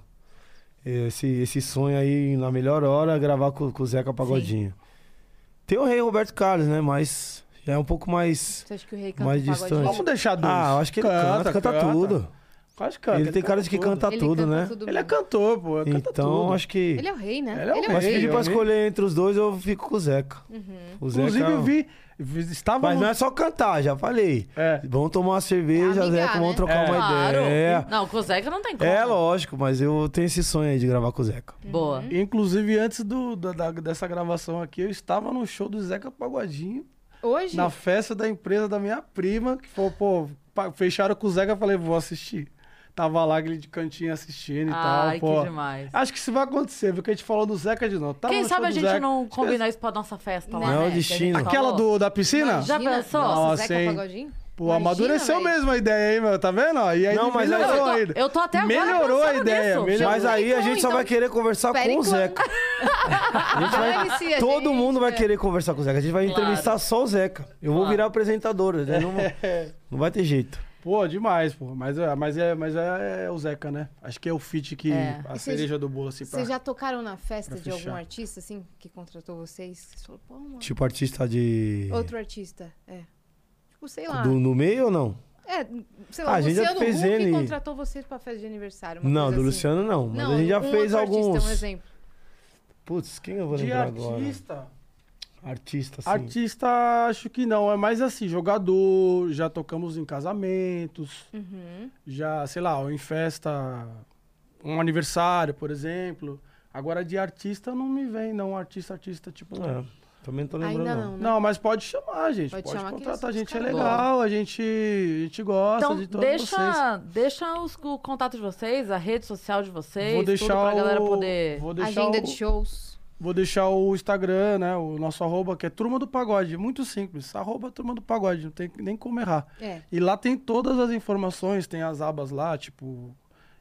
esse, esse sonho aí na melhor hora, gravar com, com o Zeca Pagodinho. Tem o rei Roberto Carlos, né? Mas já é um pouco mais. você acha que o Rei canta Mais um pagodinho? distante. Vamos deixar dois. Ah, eu acho que ele canta, canta, tudo. Quase canta. ele tem cara de que canta Ele tudo, canta né? tudo Ele é mesmo. cantor, pô. Ele canta Então, tudo. acho que. Ele é o rei, né? Ele é o Mas se rei, pedir pra eu vi. escolher entre os dois, eu fico com o Zeca. Uhum. O Zeca... Inclusive, eu vi. vi- Estava Mas no- não é só cantar, já falei. É. Vão tomar uma cerveja, É amigar, Zeca, vão né? trocar É. uma Claro. ideia. Não, com o Zeca não tem como. É lógico, mas eu tenho esse sonho aí de gravar com o Zeca. Boa. Uhum. Inclusive, antes do, da- da- dessa gravação aqui, eu estava no show do Zeca Pagodinho, Hoje? na festa da empresa da minha prima, que falou, pô, pa- fecharam com o Zeca, eu falei, vou assistir. Tava lá ele de cantinho assistindo e Ai, que tal, tá, pô. demais. Acho que isso vai acontecer, viu? Que a gente falou do Zeca de novo. Tava Quem no sabe show a do gente Zeca. não combinar isso pra nossa festa lá? Não, né? é Que o a gente destino. falou. Aquela do, da piscina? Já pensou? Nossa, Nossa, Zeca hein? Pagodinho? Tá Pô, Imagina, amadureceu velho. mesmo a ideia aí, meu, tá vendo? ó? E aí Não, mas é Não, melhorou eu, tô, ainda. eu tô até agora Melhorou a pensando ideia, nisso. melhorou. Mas aí a Então, gente só então, vai querer conversar espere com o quando? Zeca. A gente vai- Dane-se a Todo gente, mundo vai é. querer conversar com o Zeca. A gente vai Claro. entrevistar só o Zeca. Eu vou Claro. virar apresentador, né? não, não vai ter jeito. Pô, demais, pô. Mas, é- mas, é, mas é, é o Zeca, né? Acho que é o feat que. É. A E cê- cereja do bolo, assim, pra. Vocês já tocaram na festa pra de algum fechar. artista, assim, que contratou vocês? Vocês falaram, pô, mano. Tipo artista de. Outro artista, é. Tipo, sei lá. do- no meio ou não? É, sei lá, Ah, o a gente já Luciano fez Huck ele- contratou vocês pra festa de aniversário. uma Não, coisa do assim. Luciano não. Mas a gente já um fez outro artista, alguns. um exemplo. Putz, quem eu vou De lembrar agora? artista. Artista, assim. Artista, acho que não. É mais assim, jogador, já tocamos em casamentos, Uhum. já, sei lá, em festa, um aniversário, por exemplo. Agora, de artista não me vem, não. Artista, artista, tipo... É, também não tô lembrando, Ainda não. não, né? Não, mas pode chamar, gente. Pode Pode, chamar que contratar. A nós somos gente é caras. legal, a gente, a gente gosta Então, de todos vocês. deixa, deixa os, o contato de vocês, a rede social de vocês, Vou deixar tudo pra o, galera poder... Vou deixar Agenda o, de shows. Vou deixar o Instagram, né? O nosso arroba, que é Turma do Pagode. Muito simples. Arroba Turma do Pagode. Não tem nem como errar. É. E lá tem todas as informações, tem as abas lá, tipo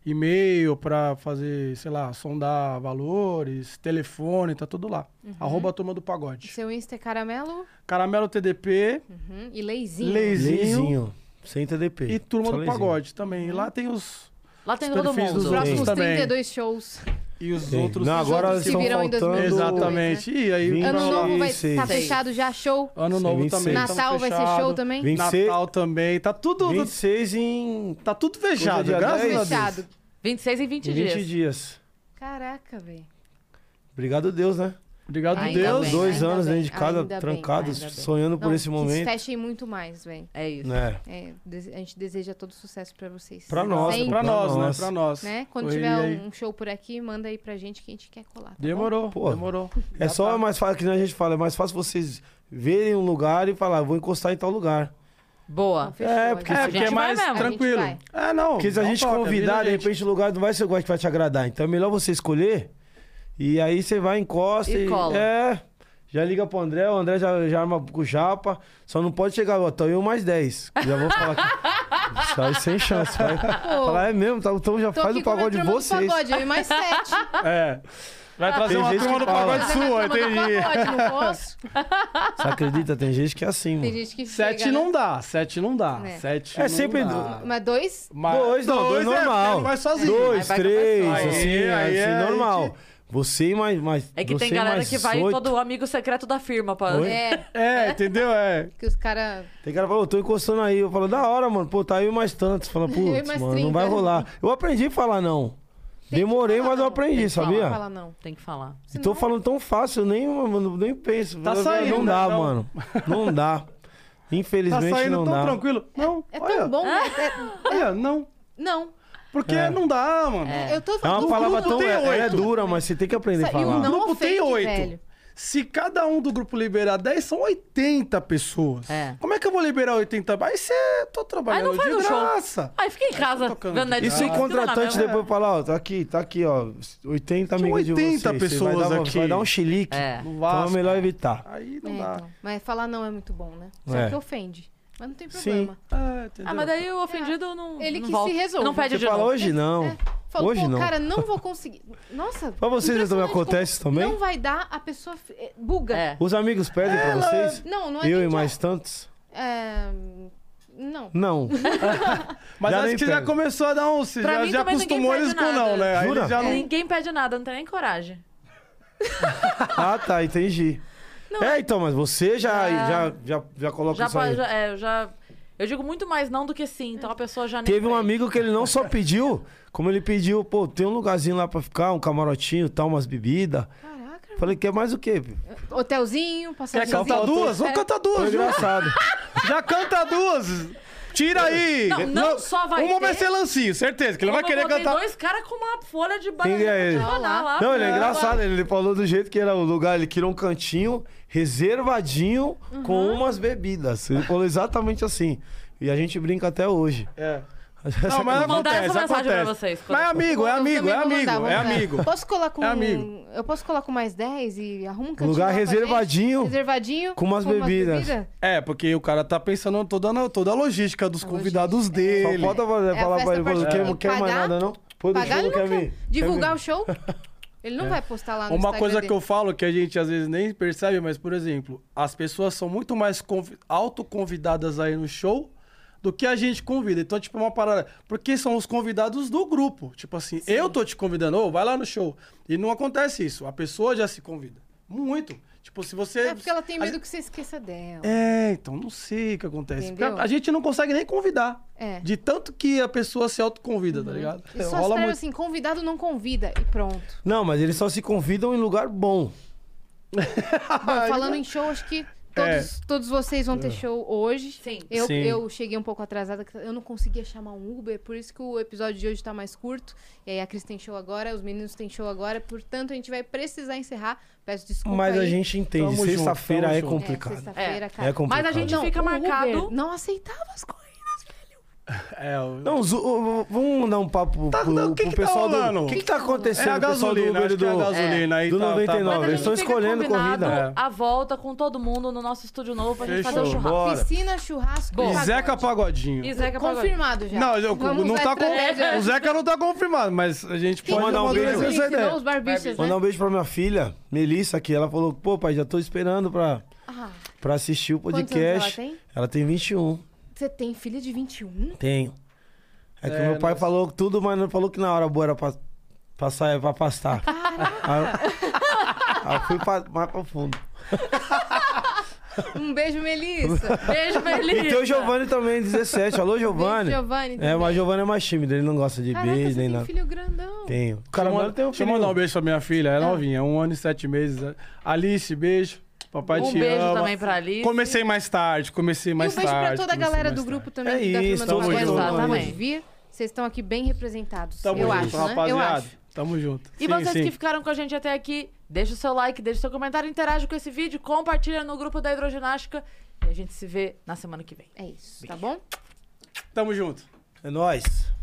e-mail pra fazer, sei lá, sondar valores, telefone, tá tudo lá. Uhum. Arroba Turma do Pagode. Seu Insta é caramelo Caramelo TDP uhum, e leizinho. Leizinho. Leizinho, sem TDP. e Turma só do leizinho. Pagode também. E lá tem os... Lá tem Os todo perfis mundo. dos Os próximos Também. 32 shows. E os Tem. outros... Não, agora que estão virão em faltando... 2022, Exatamente. E aí... Vinte- né? Ano novo vai estar tá Então, Seis. fechado já, show. Ano novo Sim, também. 26. estamos Natal vai ser show fechado. também. 26, Natal também. Tá tudo... 26 em Tá tudo fechado, Coisa de graças dez. a Deus. Fechado. 26 e 20, 20 dias. dias. Caraca, velho. Obrigado a Deus, né? Obrigado, Ainda Deus. bem. Dois ainda anos bem, né? dentro de casa, ainda bem, trancados, ainda bem. sonhando por esse Que se momento. fechem muito mais, velho. É isso. Né? É, des- a gente deseja todo sucesso pra vocês. Pra nós, Sempre, Pra nós, nós. né? Pra nós. né? Quando Correria tiver aí. um, um show por aqui, manda aí pra gente que a gente quer colar. tá bom? Demorou, Pô, demorou. É Já só tá. mais fácil, que nem a gente fala, é mais fácil vocês verem um lugar e falar, vou encostar em tal lugar. Boa. Então, fechou, É, a porque gente É, A porque gente é vai mais mesmo. tranquilo. A gente É, não. Porque se a dá um gente toque, convidar, avisa de a gente. repente, o lugar não vai ser o lugar que vai te agradar. Então é melhor você escolher. E aí você vai, encosta E e. cola. É. Já liga pro André, o André já, já arma com o japa. Só não pode chegar, ó, tô eu mais 10. Já vou falar aqui. Sai sem chance. Vai falar, é mesmo, tá, então já Tô faz aqui o com a minha pagode de turma do vocês. pagode, eu e mais sete. É. Vai trazer Tem uma gente turma que do fala. "Ah, pagode Mas é minha turma sua, do entendi. pagode, não posso. Você acredita? Tem gente que é assim, Tem mano. gente que Sete chega, né? não dá, sete não dá. É. Sete É não sempre dá. do- Mas dois? Mas- Dois, não, dois, é, normal. ele vai sozinho. Dois, Aí vai três, começar. assim, Aí, aí assim, é, normal. Você e mais, mais. É que você tem e galera mais que vai oito. todo o amigo secreto da firma pra... Oi? É, É, entendeu? É. que os caras... Tem cara que fala, "Ô, tô encostando aí. Eu falo, da hora, mano. Pô, tá aí mais tantos. Fala, Eu e putz, mais mano, 30. não vai rolar. Eu aprendi a falar não. Demorei, mas eu aprendi, sabia? Fala não. Tem que falar. E tô falando tão fácil, eu nem, mano, nem penso. Tá Eu- eu- saindo, Não né? dá, Não. mano. Não dá. Tá Infelizmente saindo não tão dá. tranquilo. Não, É olha, tão bom, né? É- Olha, não. Não, Porque É. não dá, mano. eu tô É uma do palavra grupo tão. tem Ela é oito. dura, mas você tem que aprender a Isso aí, falar. Não O grupo tem ofende, oito. velho. Se cada um do grupo liberar 10, são 80 pessoas. É. Como é que eu vou liberar 80? Aí você tô trabalhando Aí não faz de o show. graça. Aí fica em casa, tocando vendo de E Netflix. se o não dá é contratante mesmo. é depois falar, ó, tá aqui, tá aqui, ó, 80 Tinha amigos de vocês. 80 você vai pessoas dar, uma- aqui. Vai dar um chilique. É. No Então é Vasco. melhor evitar. Aí É, não dá. então. Mas falar não é muito bom, né? Só É. que ofende. Mas não tem Sim. problema. Ah, entendeu? Ah, mas daí o ofendido não Ah, Ele não que volta. se resolva. Não pede Você de fala, novo. É. hoje não. Falou, Hoje pô, não. cara, não vou conseguir. Nossa. Pra vocês já também impressionante como acontece isso também? Não vai dar, a pessoa f- eh, buga. É. Os amigos pedem pra vocês? Não, não é Eu nem e de- mais tantos? É, Não. Não. Mas Já nem acho que pega. já começou a dar um. Você Pra já, mim já também ninguém acostumou pede eles com nada. É. não, né? Aí Jura? eles já não. Ninguém pede nada, não tem nem coragem. ah, tá, entendi. é, então, mas você já, já, já, já coloca É. Já, isso pode- aí. já, é, eu já. Eu digo muito mais não do que sim, então a pessoa já nem. Teve um vai. amigo que ele não só pediu, como ele pediu, pô, tem um lugarzinho lá pra ficar, um camarotinho, tal, umas bebidas. Caraca. Falei, quer mais o quê? pô? Hotelzinho, É. passagem. Quer Então tá cantar duas? É. Vamos cantar Foi duas, viu? engraçado. Já canta duas. Tira É. aí. Não, não só vai Uma vai ter- ser lancinho, certeza. Que ele Como vai querer eu botei cantar. dois caras com uma folha de Quem banana. é ele? pra falar lá. né? Não, ele é pra- engraçado. Ele falou do jeito que era o lugar. Ele criou um cantinho reservadinho Uhum. com umas bebidas. Ele falou exatamente assim. E a gente brinca até hoje. É. Essa- Não, mas Vou mandar acontece, essa mensagem pra acontece. vocês, quando- Mas é amigo, é Eu amigo, também é vou amigo, mandar, vou é mandar. amigo. Posso colar com. É amigo. Eu posso colar com mais 10 e arrumo um cantinho. Lugar lá pra gente? reservadinho. Reservadinho. Com umas bebidas. bebida. É, porque o cara tá pensando em toda, na- toda a logística dos convidados Só dele. falta fazer, É a falar pra festa ele, falou, particular. quer, não quer mais Pagar? nada, não? Pô, do Pagar show ele não quer. vir. Divulgar o vir. show? Ele não vai postar lá no Uma Instagram coisa que dele. eu falo que a gente às vezes nem percebe, mas por exemplo, as pessoas são muito mais convi- autoconvidadas aí no show do que a gente convida. Então, tipo, é uma parada. Porque são os convidados do grupo. Tipo assim, eu tô te convidando, ô, vai lá no show. E não acontece isso. A pessoa já se convida. Muito. Tipo, se você. É porque ela tem a medo que você esqueça dela. é, então não sei o que acontece. Porque Entendeu? A gente não consegue nem convidar. É. Uhum. De tanto que a pessoa se autoconvida, tá ligado? E só Rola espera muito. assim, convidado não convida e pronto. Não, mas eles só se convidam em lugar bom. Bom, falando em show, acho que todos, todos vocês vão ter show hoje. Sim. Eu, Sim. eu cheguei um pouco atrasada, que eu não conseguia chamar um Uber, por isso que o episódio de hoje tá mais curto. E aí a Cris tem show agora, os meninos têm show agora, portanto a gente vai precisar encerrar. Peço desculpa. Mas a aí. gente entende, Tamo junto, sexta-feira tamo é junto. É, complicado. sexta-feira, É, cara. complicado. Mas a gente Não, fica o marcado. Uber não aceitava as corridas, velho. É, o... Não, zo- ô, ô, vamos dar um papo Tá, pro, não, o que pro que tá pessoal do. rolando? O que, que tá é acontecendo? a O pessoal do gasolina, Uber acho que é a do- gasolina. Aí do tá- tá- Mas 99, Não, a eles gente estão fica escolhendo combinado corrida. a volta com todo mundo no nosso estúdio novo pra gente É. Fechou. fazer o churrasco. Bora. Piscina, um churrasco, Bom. E pagode. Zeca Pagodinho. E Zeca Pagodinho. Confirmado já. Não, eu- Vamos não usar tá com... estratégia. o Zeca não tá confirmado, mas a gente Quem pode mandar um ensinou beijo. amadurecer essa ideia. os barbichas, né? Mandar um beijo pra minha filha, Melissa, que ela falou: pô, pai, já tô esperando pra, Ah, pra assistir o anos podcast. ela tem? Ela tem 21. você tem filha de 21? Tenho. É que É, o meu pai nossa. falou tudo, mas não falou que na hora boa era pra passar, é pra pastar. Aí eu, aí eu fui pra, mais pra fundo. Um beijo, Melissa. Beijo, Melissa. E tem o Giovanni também, 17. Alô, Giovanni. Beijo, Giovanni. É, mas o Giovanni é mais tímido, ele não gosta de Caraca, beijo você tem nem nada. filho grandão. Tenho. O cara mano tem um Deixa eu filho. mandar um beijo pra minha filha, Ah. é novinha, um ano e sete meses. Alice, beijo. Papai Um te beijo ama. também pra Alice. Comecei mais tarde, comecei E um mais beijo tarde. pra toda a comecei galera mais do tarde. grupo também, É da turma isso, tamo do Agora junto, Não Pode tamo junto. vir. Vocês estão aqui bem representados. Tamo eu junto, acho, né? Eu rapaziada. acho. Tamo junto. E vocês que ficaram com a gente até aqui, deixa o seu like, deixa o seu comentário, interage com esse vídeo, compartilha no grupo da hidroginástica e a gente se vê na semana que vem. É isso, tá bom? Tamo junto. É nóis.